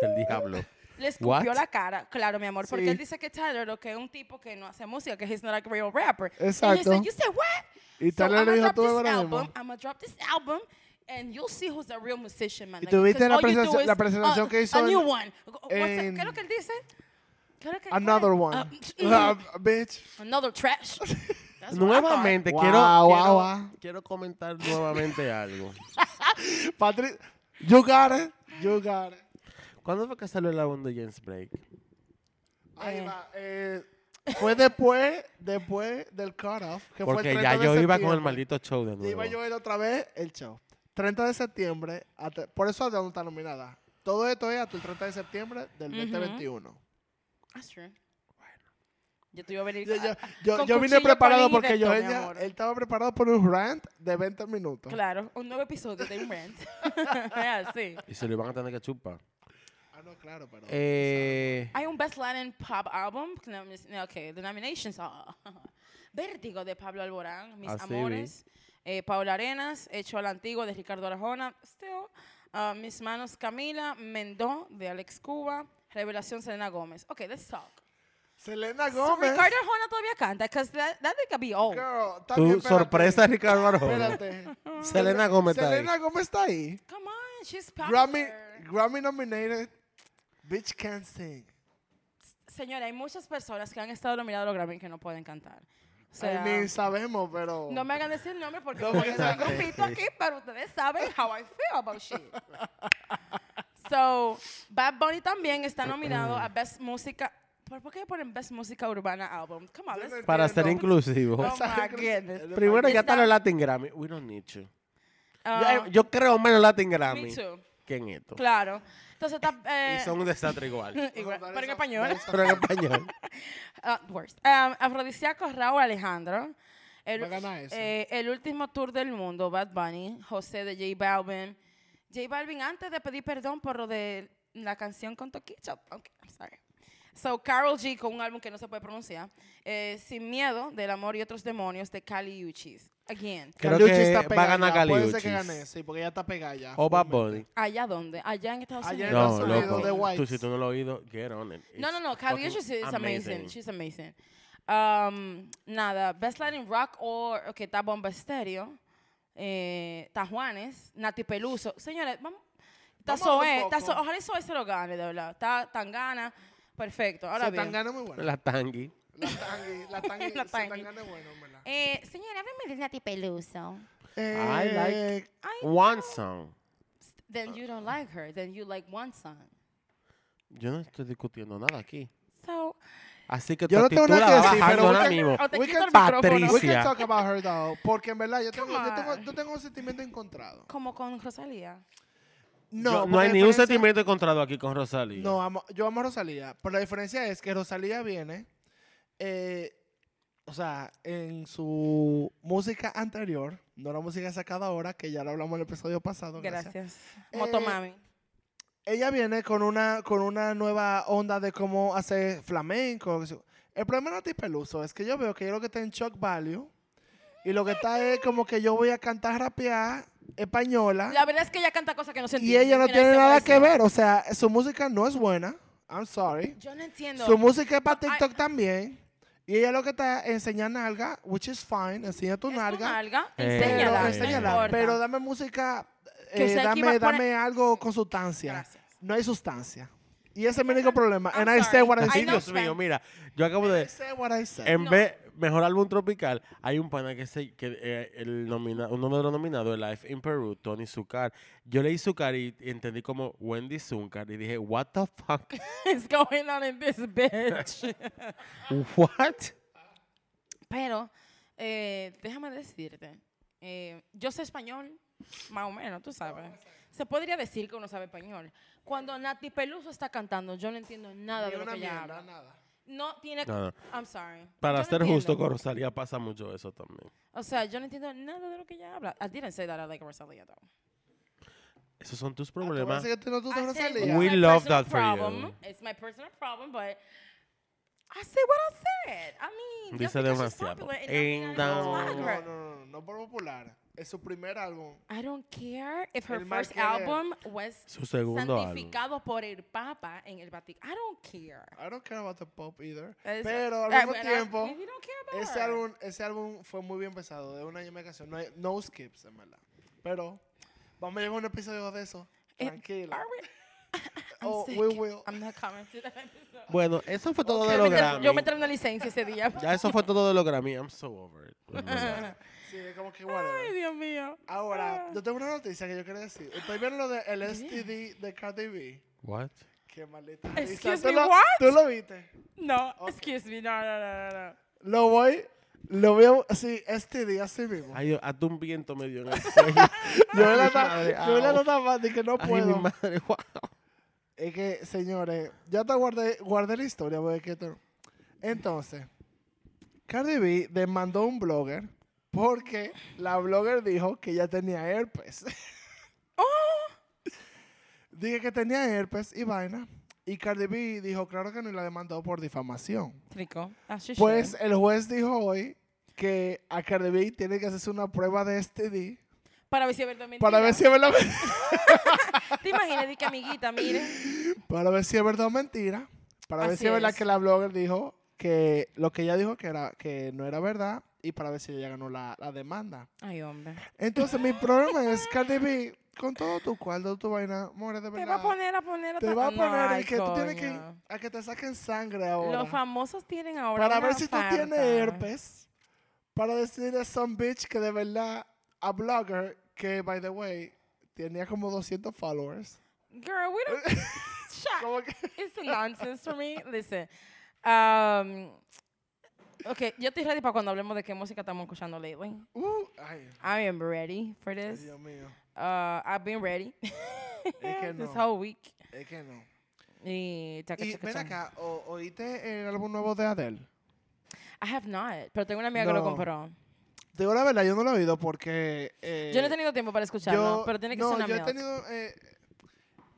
[SPEAKER 3] El diablo.
[SPEAKER 2] Le escupió
[SPEAKER 3] What?
[SPEAKER 2] la cara, claro, mi amor, porque
[SPEAKER 4] Sí.
[SPEAKER 2] él dice que Tyler lo que es un tipo que no hace música, que he's not a real rapper.
[SPEAKER 4] Exacto.
[SPEAKER 2] And you say, you say what?
[SPEAKER 4] Y Tyler
[SPEAKER 2] I'ma
[SPEAKER 4] le dijo
[SPEAKER 2] drop
[SPEAKER 4] todo
[SPEAKER 2] this
[SPEAKER 4] ahora mismo.
[SPEAKER 2] album, I'ma drop this album and you'll see who's the real musician, man.
[SPEAKER 4] Y tuviste la
[SPEAKER 2] presentación
[SPEAKER 4] presentación- la presentación que hizo
[SPEAKER 2] uh, A new
[SPEAKER 4] en-
[SPEAKER 2] one. What's the- ¿Qué es
[SPEAKER 4] en-
[SPEAKER 2] lo que él dice? ¿Qué es lo que-
[SPEAKER 4] Another
[SPEAKER 2] cuál
[SPEAKER 4] one.
[SPEAKER 2] es? Ah,
[SPEAKER 4] Ah, bitch.
[SPEAKER 2] another trash. That's what I thought.
[SPEAKER 3] Nuevamente,
[SPEAKER 4] Wow,
[SPEAKER 3] quiero,
[SPEAKER 4] wow,
[SPEAKER 3] quiero,
[SPEAKER 4] wow.
[SPEAKER 3] quiero comentar nuevamente algo.
[SPEAKER 4] Patrick, you got it. You got it.
[SPEAKER 3] ¿Cuándo fue que salió el álbum de James Blake?
[SPEAKER 4] Ahí
[SPEAKER 2] Eh.
[SPEAKER 4] va. eh, fue después, después del cutoff. Que fue
[SPEAKER 3] Porque
[SPEAKER 4] el 30
[SPEAKER 3] ya
[SPEAKER 4] de
[SPEAKER 3] yo iba con el
[SPEAKER 4] septiembre.
[SPEAKER 3] maldito show de
[SPEAKER 4] Ya iba yo
[SPEAKER 3] nuevo.
[SPEAKER 4] a ir otra vez el show. 30 de septiembre. hasta- por eso Adele no está nominada. Todo esto es hasta el 30 de septiembre del
[SPEAKER 2] Ujú.
[SPEAKER 4] 2021.
[SPEAKER 2] That's true. Yo te iba a venir
[SPEAKER 4] Yo,
[SPEAKER 2] con-
[SPEAKER 4] yo,
[SPEAKER 2] ah,
[SPEAKER 4] yo-
[SPEAKER 2] con
[SPEAKER 4] yo vine
[SPEAKER 2] cuchillo
[SPEAKER 4] preparado
[SPEAKER 2] palito,
[SPEAKER 4] porque yo
[SPEAKER 2] mi
[SPEAKER 4] ella-
[SPEAKER 2] amor.
[SPEAKER 4] él estaba preparado por un rant de 20 minutos.
[SPEAKER 2] Claro, un nuevo episodio de un rant. sí.
[SPEAKER 3] Y se lo iban a tener que chupar.
[SPEAKER 4] Ah, no, claro, pero.
[SPEAKER 3] Eh,
[SPEAKER 2] Hay un Best Latin Pop Album. que no- no, Ok, the nominations are Vértigo de Pablo Alborán, Mis
[SPEAKER 3] Así vi.
[SPEAKER 2] Amores, eh, Paula Arenas, Hecho al Antiguo de Ricardo Arjona, Still, uh, Mis Manos Camila, Mendó de Alex Cuba, Revelación Selena Gómez. Ok, let's talk.
[SPEAKER 4] Selena
[SPEAKER 2] So,
[SPEAKER 4] Gómez.
[SPEAKER 2] Ricardo Arjona todavía canta, because that, that nigga be old.
[SPEAKER 4] Girl, está bien,
[SPEAKER 3] tu
[SPEAKER 4] espérate.
[SPEAKER 3] sorpresa, Ricardo Arjona.
[SPEAKER 4] Espérate.
[SPEAKER 3] Selena Gómez está ahí.
[SPEAKER 4] Selena Gómez está ahí.
[SPEAKER 2] Come on, she's
[SPEAKER 4] Grammy,
[SPEAKER 2] popular.
[SPEAKER 4] Grammy nominated. Bitch can sing.
[SPEAKER 2] Señora, hay muchas personas que han estado nominadas a los Grammy que no pueden cantar. O sea,
[SPEAKER 4] I mean, sabemos, pero.
[SPEAKER 2] No me hagan decir el nombre porque
[SPEAKER 4] No
[SPEAKER 2] voy
[SPEAKER 4] me
[SPEAKER 2] a hacer un
[SPEAKER 4] hagan
[SPEAKER 2] grupito aquí, pero ustedes saben how I feel about shit. So, Bad Bunny también está nominado a Best Música. ¿Por por qué ponen Best Música Urbana Album? Come on, let's...
[SPEAKER 3] Para ser inclusivo.
[SPEAKER 2] Oh my goodness.
[SPEAKER 3] Primero ya
[SPEAKER 2] Está-
[SPEAKER 3] están los Latin Grammy. We don't need you.
[SPEAKER 2] Uh,
[SPEAKER 3] Yo, yo creo más en los Latin Grammy
[SPEAKER 2] me too.
[SPEAKER 3] que en esto.
[SPEAKER 2] Claro. Entonces está... eh,
[SPEAKER 3] Y son un desastre igual.
[SPEAKER 2] igual,
[SPEAKER 4] Dar
[SPEAKER 2] pero en
[SPEAKER 4] esa-
[SPEAKER 2] español.
[SPEAKER 4] dar esa-
[SPEAKER 3] Pero en español.
[SPEAKER 2] Ah, worst. Um, Afrodisíaco Raúl Alejandro. El,
[SPEAKER 4] Va a ganar ese.
[SPEAKER 2] eh, el último tour del mundo, Bad Bunny, José de J Balvin. J Balvin, antes de pedir perdón por lo de la canción con Toquicha. Okay, I'm sorry. So, Carol G con un álbum que no se puede pronunciar. eh, Sin miedo, del amor y otros demonios de Cali Uchis. Again.
[SPEAKER 3] Creo
[SPEAKER 4] Caliucci
[SPEAKER 3] que
[SPEAKER 4] está
[SPEAKER 3] va a
[SPEAKER 4] pegada
[SPEAKER 3] ganar
[SPEAKER 4] ya. Puede
[SPEAKER 3] Caliucci.
[SPEAKER 4] ser que gane, sí, porque ella está pegada ya.
[SPEAKER 3] O Bad
[SPEAKER 4] fullmente.
[SPEAKER 3] Bunny.
[SPEAKER 2] ¿Allá dónde? Allá en Estados
[SPEAKER 4] Allá
[SPEAKER 2] Unidos.
[SPEAKER 4] en
[SPEAKER 3] No,
[SPEAKER 4] Estados Unidos, The
[SPEAKER 3] loco.
[SPEAKER 4] Whites.
[SPEAKER 3] Tú, si tú no lo has oído, get on it.
[SPEAKER 2] No, no, no. Cali Uchis
[SPEAKER 3] fucking
[SPEAKER 2] is amazing. She's amazing. Um, nada. Best Latin Rock or... Ok, está Bomba Estéreo. Eh, está Juanes. Nati Peluso. Señores, vamos... Está
[SPEAKER 4] Vamos a hablar un
[SPEAKER 2] Zoé. está
[SPEAKER 4] poco.
[SPEAKER 2] Zo- Ojalá y Zoé se lo gane, de verdad. Está Tangana. Perfecto. Ahora
[SPEAKER 4] Se
[SPEAKER 2] bien.
[SPEAKER 4] tan gana muy bueno.
[SPEAKER 3] La tangui.
[SPEAKER 4] La tangui, la tangui,
[SPEAKER 2] La
[SPEAKER 4] se
[SPEAKER 2] tangui.
[SPEAKER 4] tan gana es bueno, en verdad.
[SPEAKER 2] Eh, señora, háblame de Nati Peluso.
[SPEAKER 3] I like
[SPEAKER 4] Eh,
[SPEAKER 3] one song.
[SPEAKER 2] Then you don't like her. Then you like one song.
[SPEAKER 3] Yo no estoy discutiendo nada aquí.
[SPEAKER 2] So,
[SPEAKER 3] Así que
[SPEAKER 4] Yo
[SPEAKER 3] tu
[SPEAKER 4] no tengo
[SPEAKER 3] actitud
[SPEAKER 4] nada
[SPEAKER 3] la
[SPEAKER 4] que
[SPEAKER 3] vas
[SPEAKER 4] decir,
[SPEAKER 3] bajando
[SPEAKER 4] pero
[SPEAKER 3] ahora
[SPEAKER 4] we can-
[SPEAKER 3] mismo.
[SPEAKER 2] o te
[SPEAKER 4] We
[SPEAKER 2] quito
[SPEAKER 4] can-
[SPEAKER 2] el micrófono.
[SPEAKER 4] We can
[SPEAKER 3] Patricia.
[SPEAKER 4] talk about her though, porque en verdad yo tengo,
[SPEAKER 2] Eh, Come
[SPEAKER 4] yo tengo,
[SPEAKER 2] on.
[SPEAKER 4] yo tengo un sentimiento encontrado.
[SPEAKER 2] Como con Rosalía.
[SPEAKER 3] Yo-
[SPEAKER 4] No,
[SPEAKER 3] No,
[SPEAKER 4] porque
[SPEAKER 3] hay
[SPEAKER 4] la
[SPEAKER 3] ni un
[SPEAKER 4] diferencia-
[SPEAKER 3] sentimiento encontrado aquí con Rosalía.
[SPEAKER 4] No, amo- yo amo a Rosalía, pero la diferencia es que Rosalía viene, eh, o sea, en su música anterior, no la música sacada ahora, que ya lo hablamos en el episodio pasado. Gracias.
[SPEAKER 2] Gracias.
[SPEAKER 4] Eh,
[SPEAKER 2] Motomami.
[SPEAKER 4] Ella viene con una, con una nueva onda de cómo hacer flamenco. El problema de Nati Peluso es que yo veo que yo lo que está en shock value y lo que está es como que yo voy a cantar, rapear española.
[SPEAKER 2] La verdad es que ella canta cosas que no se
[SPEAKER 4] Y
[SPEAKER 2] entienden.
[SPEAKER 4] ella no
[SPEAKER 2] Mira,
[SPEAKER 4] tiene
[SPEAKER 2] ese
[SPEAKER 4] nada
[SPEAKER 2] hueso.
[SPEAKER 4] que ver. O sea, su música no es buena. I'm sorry.
[SPEAKER 2] Yo no entiendo.
[SPEAKER 4] Su música es para
[SPEAKER 2] No, I-
[SPEAKER 4] TikTok también. Y ella lo que está enseña nalga, which is fine. Enseña tu
[SPEAKER 2] Es tu
[SPEAKER 4] nalga.
[SPEAKER 2] nalga.
[SPEAKER 3] Eh,
[SPEAKER 2] Enséñala.
[SPEAKER 4] Pero,
[SPEAKER 2] no
[SPEAKER 4] enséñala,
[SPEAKER 2] importa.
[SPEAKER 4] pero dame música.
[SPEAKER 2] Que
[SPEAKER 4] eh,
[SPEAKER 2] sea que iba
[SPEAKER 4] dame,
[SPEAKER 2] a poner-
[SPEAKER 4] dame algo con sustancia.
[SPEAKER 2] Gracias.
[SPEAKER 4] No hay sustancia. Y ese es mi único problema.
[SPEAKER 2] I'm
[SPEAKER 4] And I
[SPEAKER 2] sorry.
[SPEAKER 4] said what I
[SPEAKER 2] Ay,
[SPEAKER 3] Ay,
[SPEAKER 4] said.
[SPEAKER 2] no,
[SPEAKER 3] Dios
[SPEAKER 2] Span.
[SPEAKER 3] mío, mira. Yo acabo de...
[SPEAKER 4] I said what I said.
[SPEAKER 3] En
[SPEAKER 2] No.
[SPEAKER 3] vez, mejor álbum tropical, hay un pana que se, que eh, el nomina, uno de los nominados de Life in Peru, Tony Zucar. Yo leí Zucar y entendí como Wendy Zucar y dije, what the fuck?
[SPEAKER 2] It's going on in this bitch.
[SPEAKER 3] What?
[SPEAKER 2] pero, eh, déjame decirte. eh, yo sé español, más o menos, tú sabes. Se podría decir que uno sabe español. Cuando Nati Peluso está cantando, yo no entiendo nada
[SPEAKER 4] Ni
[SPEAKER 2] de lo
[SPEAKER 4] una
[SPEAKER 2] que ella
[SPEAKER 4] mierda,
[SPEAKER 2] habla.
[SPEAKER 4] nada.
[SPEAKER 2] No tiene.
[SPEAKER 3] No, no.
[SPEAKER 2] I'm sorry. Yo
[SPEAKER 3] Para
[SPEAKER 2] no
[SPEAKER 3] ser justo
[SPEAKER 2] entiendo.
[SPEAKER 3] con Rosalía pasa mucho eso también.
[SPEAKER 2] O sea, yo no entiendo nada de lo que ella habla. I didn't say that I like Rosalía, though.
[SPEAKER 3] Esos son
[SPEAKER 2] Ah,
[SPEAKER 3] tus
[SPEAKER 4] Te voy a
[SPEAKER 3] problemas.
[SPEAKER 4] decir que tú no- tú te
[SPEAKER 2] I say
[SPEAKER 4] Rosalía.
[SPEAKER 2] it's
[SPEAKER 3] We
[SPEAKER 2] my
[SPEAKER 3] love
[SPEAKER 2] personal
[SPEAKER 3] that for you.
[SPEAKER 2] problem. It's my personal problem, but I said what I said. I mean, just because
[SPEAKER 3] Dice
[SPEAKER 2] she's
[SPEAKER 3] demasiado.
[SPEAKER 2] popular, it don't mean I
[SPEAKER 3] Ain't
[SPEAKER 2] don't
[SPEAKER 4] No,
[SPEAKER 2] like
[SPEAKER 4] no,
[SPEAKER 2] her.
[SPEAKER 4] no, no, no, no por popular. Es su primer álbum.
[SPEAKER 2] I don't care if her
[SPEAKER 4] El mal
[SPEAKER 2] first
[SPEAKER 4] querer.
[SPEAKER 2] album was
[SPEAKER 3] Su segundo álbum.
[SPEAKER 2] santificado por el Papa en el Vaticano. I don't care.
[SPEAKER 4] I don't care about the pop either.
[SPEAKER 2] Es-
[SPEAKER 4] pero al
[SPEAKER 2] eh,
[SPEAKER 4] mismo
[SPEAKER 2] but I-
[SPEAKER 4] tiempo,
[SPEAKER 2] you don't care about
[SPEAKER 4] ese
[SPEAKER 2] her.
[SPEAKER 4] álbum, ese álbum fue muy bien pensado. De una misma canción. No, hay- no skips, en verdad. Pero vamos a llegar a un episodio de eso.
[SPEAKER 2] Eh,
[SPEAKER 4] Tranquila.
[SPEAKER 2] Are we- I'm
[SPEAKER 4] Oh,
[SPEAKER 2] sick.
[SPEAKER 4] we will.
[SPEAKER 2] I'm not coming to that episode.
[SPEAKER 3] Bueno, eso fue todo
[SPEAKER 2] Yo
[SPEAKER 3] de los
[SPEAKER 2] me tra- Yo me
[SPEAKER 3] Grammy.
[SPEAKER 2] traí una licencia ese día.
[SPEAKER 3] Ya eso fue todo de los Grammy. I'm so over it. Pues, en verdad.
[SPEAKER 4] Sí, es como que
[SPEAKER 2] Ay,
[SPEAKER 4] whatever.
[SPEAKER 2] Dios mío.
[SPEAKER 4] Ahora,
[SPEAKER 2] Ah.
[SPEAKER 4] yo tengo una noticia que yo quería decir. ¿Ustedes vieron lo de el STD de Cardi B?
[SPEAKER 3] What?
[SPEAKER 4] Qué maldita.
[SPEAKER 2] Excuse
[SPEAKER 4] risa. ¿Tú
[SPEAKER 2] me,
[SPEAKER 4] lo-
[SPEAKER 2] what?
[SPEAKER 4] ¿Tú lo viste?
[SPEAKER 2] No,
[SPEAKER 4] Ok.
[SPEAKER 2] excuse me. No, no, no, no, no.
[SPEAKER 4] Lo voy, lo veo así, STD así mismo.
[SPEAKER 3] Ay, Dios, hasta un viento me dio en el cuello.
[SPEAKER 4] Yo veo la
[SPEAKER 3] Ay, madre,
[SPEAKER 4] ta- yo veo la
[SPEAKER 3] au.
[SPEAKER 4] nota más de que no
[SPEAKER 3] Ay, mi
[SPEAKER 4] puedo.
[SPEAKER 3] madre, wow.
[SPEAKER 4] Es que, señores, ya te guardé, guardé la historia, porque es que esto- Entonces, Cardi B demandó a un blogger porque la blogger dijo que ya tenía herpes. Dije que tenía herpes y vaina. Y Cardi B dijo, claro que no, y la demandó por difamación.
[SPEAKER 2] Rico. As you
[SPEAKER 4] Pues
[SPEAKER 2] should.
[SPEAKER 4] el juez dijo hoy que a Cardi B tiene que hacerse una prueba de STD
[SPEAKER 2] Para ver si es verdad o mentira.
[SPEAKER 4] para ver si es verdad,
[SPEAKER 2] Te imaginas, di que amiguita, mire.
[SPEAKER 4] para ver si es verdad o mentira. Para ver
[SPEAKER 2] Así
[SPEAKER 4] si es verdad
[SPEAKER 2] es.
[SPEAKER 4] que la blogger dijo que lo que ella dijo que, era, que no era verdad y para ver si ella ganó la, la demanda.
[SPEAKER 2] Ay, hombre.
[SPEAKER 4] Entonces mi problema es, Cardi B, con todo tu cuarto, tu vaina, more de
[SPEAKER 2] Te va
[SPEAKER 4] verdad.
[SPEAKER 2] a poner a poner a
[SPEAKER 4] Te va a
[SPEAKER 2] No,
[SPEAKER 4] poner
[SPEAKER 2] ay,
[SPEAKER 4] y que tú tienes que,
[SPEAKER 2] coño.
[SPEAKER 4] a que te saquen sangre ahora.
[SPEAKER 2] Los famosos tienen ahora.
[SPEAKER 4] para
[SPEAKER 2] una
[SPEAKER 4] ver si tú tienes
[SPEAKER 2] oferta.
[SPEAKER 4] herpes, para decirle a some bitch que de verdad, a blogger que, by the way, tenía como 200 followers.
[SPEAKER 2] Girl, we don't. Shut.
[SPEAKER 4] Como que-
[SPEAKER 2] It's nonsense for me. Listen. Um, ok, yo estoy ready para cuando hablemos de qué música estamos escuchando lately.
[SPEAKER 4] Uh, ay,
[SPEAKER 2] I am ready for this.
[SPEAKER 4] Dios mío.
[SPEAKER 2] Uh, I've been ready
[SPEAKER 4] que
[SPEAKER 2] this
[SPEAKER 4] no.
[SPEAKER 2] whole week.
[SPEAKER 4] Es que no.
[SPEAKER 2] Y chaca,
[SPEAKER 4] Y
[SPEAKER 2] chaca,
[SPEAKER 4] ven
[SPEAKER 2] chaca.
[SPEAKER 4] acá, o- ¿oíste el álbum nuevo de Adele?
[SPEAKER 2] I have not, pero tengo una amiga que lo
[SPEAKER 4] No.
[SPEAKER 2] compró.
[SPEAKER 4] Te digo la verdad, yo no lo he oído porque... eh,
[SPEAKER 2] Yo no he tenido tiempo para escucharlo,
[SPEAKER 4] yo-
[SPEAKER 2] pero tiene que
[SPEAKER 4] no,
[SPEAKER 2] sonar
[SPEAKER 4] yo he
[SPEAKER 2] milk.
[SPEAKER 4] tenido... eh,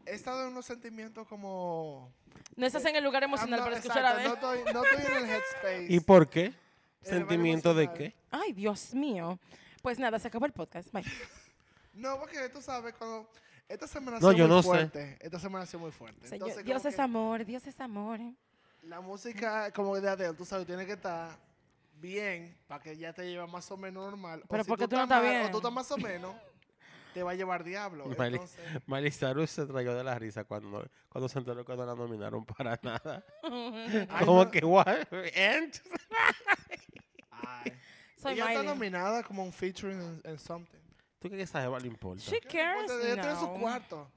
[SPEAKER 4] he estado en unos sentimientos como...
[SPEAKER 2] No estás en el lugar emocional
[SPEAKER 4] Ando-
[SPEAKER 2] para ¿eh? escuchar a
[SPEAKER 4] exacto,
[SPEAKER 2] Adele.
[SPEAKER 4] no estoy, no estoy en el headspace.
[SPEAKER 3] ¿Y por
[SPEAKER 2] eh,
[SPEAKER 3] qué?
[SPEAKER 4] baile
[SPEAKER 3] ¿Sentimiento de
[SPEAKER 4] emocional.
[SPEAKER 3] qué?
[SPEAKER 2] Ay, Dios mío. Pues nada, se acabó el podcast. Bye.
[SPEAKER 4] No, porque tú sabes, cuando... Esta semana ha
[SPEAKER 3] No, yo
[SPEAKER 4] sido muy
[SPEAKER 3] no sé.
[SPEAKER 4] fuerte. Esta semana ha sido muy fuerte.
[SPEAKER 2] Señor-
[SPEAKER 4] Entonces,
[SPEAKER 2] Dios
[SPEAKER 4] como
[SPEAKER 2] es
[SPEAKER 4] que
[SPEAKER 2] amor, Dios es amor.
[SPEAKER 4] La música como de Adele, tú sabes, tiene que estar bien para que ya te lleve más o menos normal.
[SPEAKER 2] Pero
[SPEAKER 4] o si
[SPEAKER 2] ¿por qué
[SPEAKER 4] tú
[SPEAKER 2] tú no
[SPEAKER 4] estás
[SPEAKER 2] estás
[SPEAKER 4] mal,
[SPEAKER 2] bien?
[SPEAKER 4] O tú estás más o menos, te va a llevar diablo.
[SPEAKER 3] Miley,
[SPEAKER 4] Entonces,
[SPEAKER 3] Miley Cyrus se trayó de la risa cuando, no- cuando se enteró que no la nominaron para nada.
[SPEAKER 4] ay,
[SPEAKER 3] Como
[SPEAKER 4] no-
[SPEAKER 3] que, what? And?
[SPEAKER 4] ay.
[SPEAKER 2] Soy
[SPEAKER 4] Ella está
[SPEAKER 2] Miley.
[SPEAKER 4] nominada como un featuring en, en something.
[SPEAKER 3] ¿Tú crees que esa jeva le importa?
[SPEAKER 2] She
[SPEAKER 4] ¿Qué le importa?
[SPEAKER 2] cares
[SPEAKER 4] Ella está en su
[SPEAKER 2] now.
[SPEAKER 4] cuarto.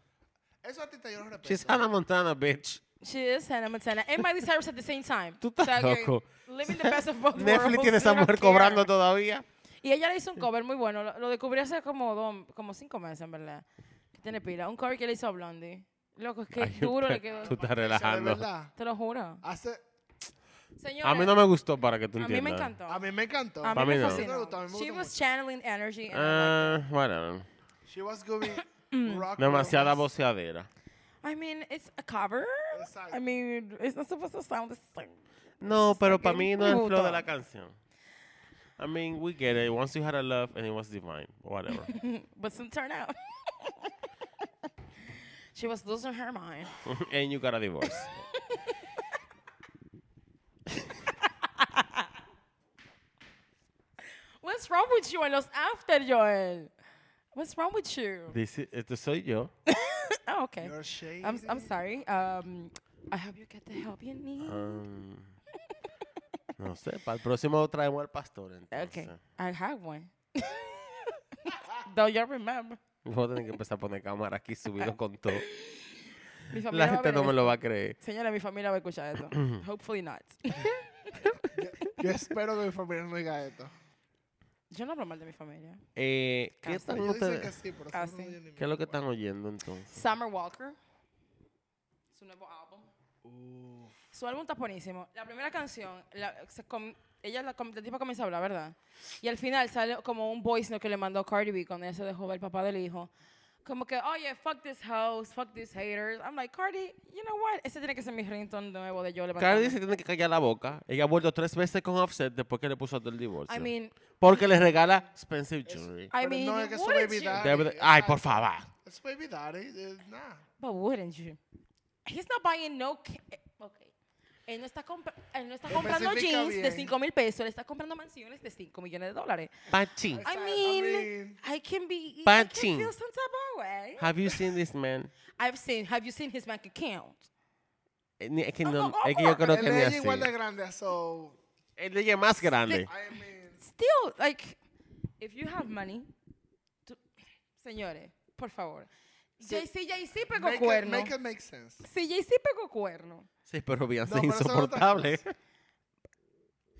[SPEAKER 4] Eso a ti te yo no respeto.
[SPEAKER 3] She's Hannah Montana, bitch.
[SPEAKER 2] She is Hannah Montana and Miley Cyrus at the same time.
[SPEAKER 3] Tú
[SPEAKER 2] O
[SPEAKER 3] estás
[SPEAKER 2] sea, que
[SPEAKER 3] loco.
[SPEAKER 2] Living the best of both
[SPEAKER 3] Netflix
[SPEAKER 2] worlds,
[SPEAKER 3] tiene esa
[SPEAKER 2] I don't
[SPEAKER 3] mujer
[SPEAKER 2] care.
[SPEAKER 3] cobrando todavía.
[SPEAKER 2] Y ella le hizo un cover muy bueno. Lo, lo descubrí hace como, dos- como cinco meses, en verdad. Que tiene pila. Un cover que le hizo a Blondie. Loco, es que
[SPEAKER 3] Ay,
[SPEAKER 2] duro
[SPEAKER 3] pe-
[SPEAKER 2] le quedó.
[SPEAKER 3] Tú estás
[SPEAKER 4] Ella, de
[SPEAKER 3] relajando.
[SPEAKER 4] verdad.
[SPEAKER 2] Te lo juro.
[SPEAKER 4] Hace,
[SPEAKER 2] Señores,
[SPEAKER 3] A mí no me gustó para que tú
[SPEAKER 2] a mí me
[SPEAKER 3] entiendas.
[SPEAKER 2] encantó.
[SPEAKER 4] a mí me encantó.
[SPEAKER 2] A
[SPEAKER 3] Pa'
[SPEAKER 2] mí me
[SPEAKER 3] mí no.
[SPEAKER 4] A mí me
[SPEAKER 2] fascinó.
[SPEAKER 4] gustó, a mí me
[SPEAKER 2] She
[SPEAKER 4] gustó
[SPEAKER 2] was
[SPEAKER 4] mucho.
[SPEAKER 2] channeling energy. and I liked
[SPEAKER 3] Ah, bueno,
[SPEAKER 4] it. She was giving
[SPEAKER 2] Mm.
[SPEAKER 4] rock.
[SPEAKER 3] demasiada
[SPEAKER 4] vocals.
[SPEAKER 3] voceadera.
[SPEAKER 2] it. I mean, it's a cover.
[SPEAKER 4] Exacto.
[SPEAKER 2] I mean, it's not supposed to sound the same.
[SPEAKER 3] No, pero para
[SPEAKER 2] qué
[SPEAKER 3] mí no es el flow
[SPEAKER 2] puta.
[SPEAKER 3] de la canción. I mean, we get it. Once you had a love and it was divine. Whatever.
[SPEAKER 2] But some turn out. she was losing her mind.
[SPEAKER 3] and you got a divorce.
[SPEAKER 2] What's wrong with you and los after, Joel? What's wrong with you?
[SPEAKER 3] This is- esto soy yo.
[SPEAKER 2] Oh, okay.
[SPEAKER 4] You're shady.
[SPEAKER 2] I'm, I'm sorry. Um, I hope you get the help you need.
[SPEAKER 3] Um, no sé, para el próximo traemos al pastor.
[SPEAKER 2] okay.
[SPEAKER 3] Entonces.
[SPEAKER 2] I had one. Don't you remember?
[SPEAKER 3] Voy a tener que empezar a poner cámara aquí subido con todo.
[SPEAKER 2] Mi
[SPEAKER 3] La
[SPEAKER 2] familia va a
[SPEAKER 3] gente
[SPEAKER 2] ver
[SPEAKER 3] no me
[SPEAKER 2] esto.
[SPEAKER 3] lo va a creer.
[SPEAKER 2] Señora, mi familia va a escuchar esto. Hopefully not.
[SPEAKER 4] Yo espero que mi familia no diga esto.
[SPEAKER 2] Yo no hablo mal de mi familia.
[SPEAKER 3] Eh, ¿qué,
[SPEAKER 2] Casi.
[SPEAKER 3] están
[SPEAKER 4] Yo dicen
[SPEAKER 3] ustedes-
[SPEAKER 4] que sí, pero
[SPEAKER 2] Ah,
[SPEAKER 4] siempre
[SPEAKER 2] sí.
[SPEAKER 4] no oyen ni
[SPEAKER 3] ¿Qué es lo que
[SPEAKER 4] mierda.
[SPEAKER 3] están oyendo entonces?
[SPEAKER 2] Summer Walker. Su nuevo álbum.
[SPEAKER 4] Uf.
[SPEAKER 2] Su álbum está buenísimo. La primera canción, la- se com- ella la, com- la tipa comienza a hablar, ¿verdad? Y al final sale como un voice note que le mandó Cardi B cuando ella se dejó ver el papá del hijo. Como que, oye, fuck this house, fuck these haters. I'm like, Cardi, you know what? Ese tiene que ser mi ringtone nuevo de yo levantándome.
[SPEAKER 3] Cardi se tiene que callar la boca. Ella ha vuelto tres veces con Offset después que le puso todo el divorcio.
[SPEAKER 2] I mean,
[SPEAKER 3] porque le regala expensive jewelry.
[SPEAKER 2] I
[SPEAKER 4] Pero
[SPEAKER 2] mean,
[SPEAKER 4] no, es que su
[SPEAKER 2] wouldn't
[SPEAKER 4] baby
[SPEAKER 2] you?
[SPEAKER 4] daddy-
[SPEAKER 3] Debe de-
[SPEAKER 4] eh,
[SPEAKER 3] ay,
[SPEAKER 4] ah,
[SPEAKER 3] por favor.
[SPEAKER 4] It's baby daddy. eh, nah.
[SPEAKER 2] But wouldn't you? He's not buying no. ca- eh, Okay. Él no está, comp- él no está comprando
[SPEAKER 4] Especifica
[SPEAKER 2] jeans de
[SPEAKER 4] bien.
[SPEAKER 2] 5 mil pesos, él está comprando mansiones de 5 millones de dólares.
[SPEAKER 3] Pachi,
[SPEAKER 2] I
[SPEAKER 4] I
[SPEAKER 2] mean,
[SPEAKER 4] mean-
[SPEAKER 2] I can be. I can
[SPEAKER 3] Punching.
[SPEAKER 2] feel some type of way.
[SPEAKER 3] have you seen this man?
[SPEAKER 2] I've seen. Have you seen his bank account?
[SPEAKER 3] Eh, ni- Es que,
[SPEAKER 2] No,
[SPEAKER 3] no,
[SPEAKER 2] no,
[SPEAKER 3] es que yo
[SPEAKER 2] ojo,
[SPEAKER 3] creo
[SPEAKER 4] El
[SPEAKER 3] que ni
[SPEAKER 4] de ella igual de
[SPEAKER 3] así.
[SPEAKER 4] grande, so.
[SPEAKER 3] El de ella es más grande.
[SPEAKER 4] I mean.
[SPEAKER 2] Still, like, if you have money, to- señores, por favor. JC, JC pegó
[SPEAKER 4] Make it,
[SPEAKER 2] cuerno.
[SPEAKER 4] make it make sense.
[SPEAKER 2] Si JC pegó cuerno.
[SPEAKER 3] Sí, pero Beyoncé
[SPEAKER 4] No,
[SPEAKER 3] es
[SPEAKER 4] pero eso es otra
[SPEAKER 3] insoportable.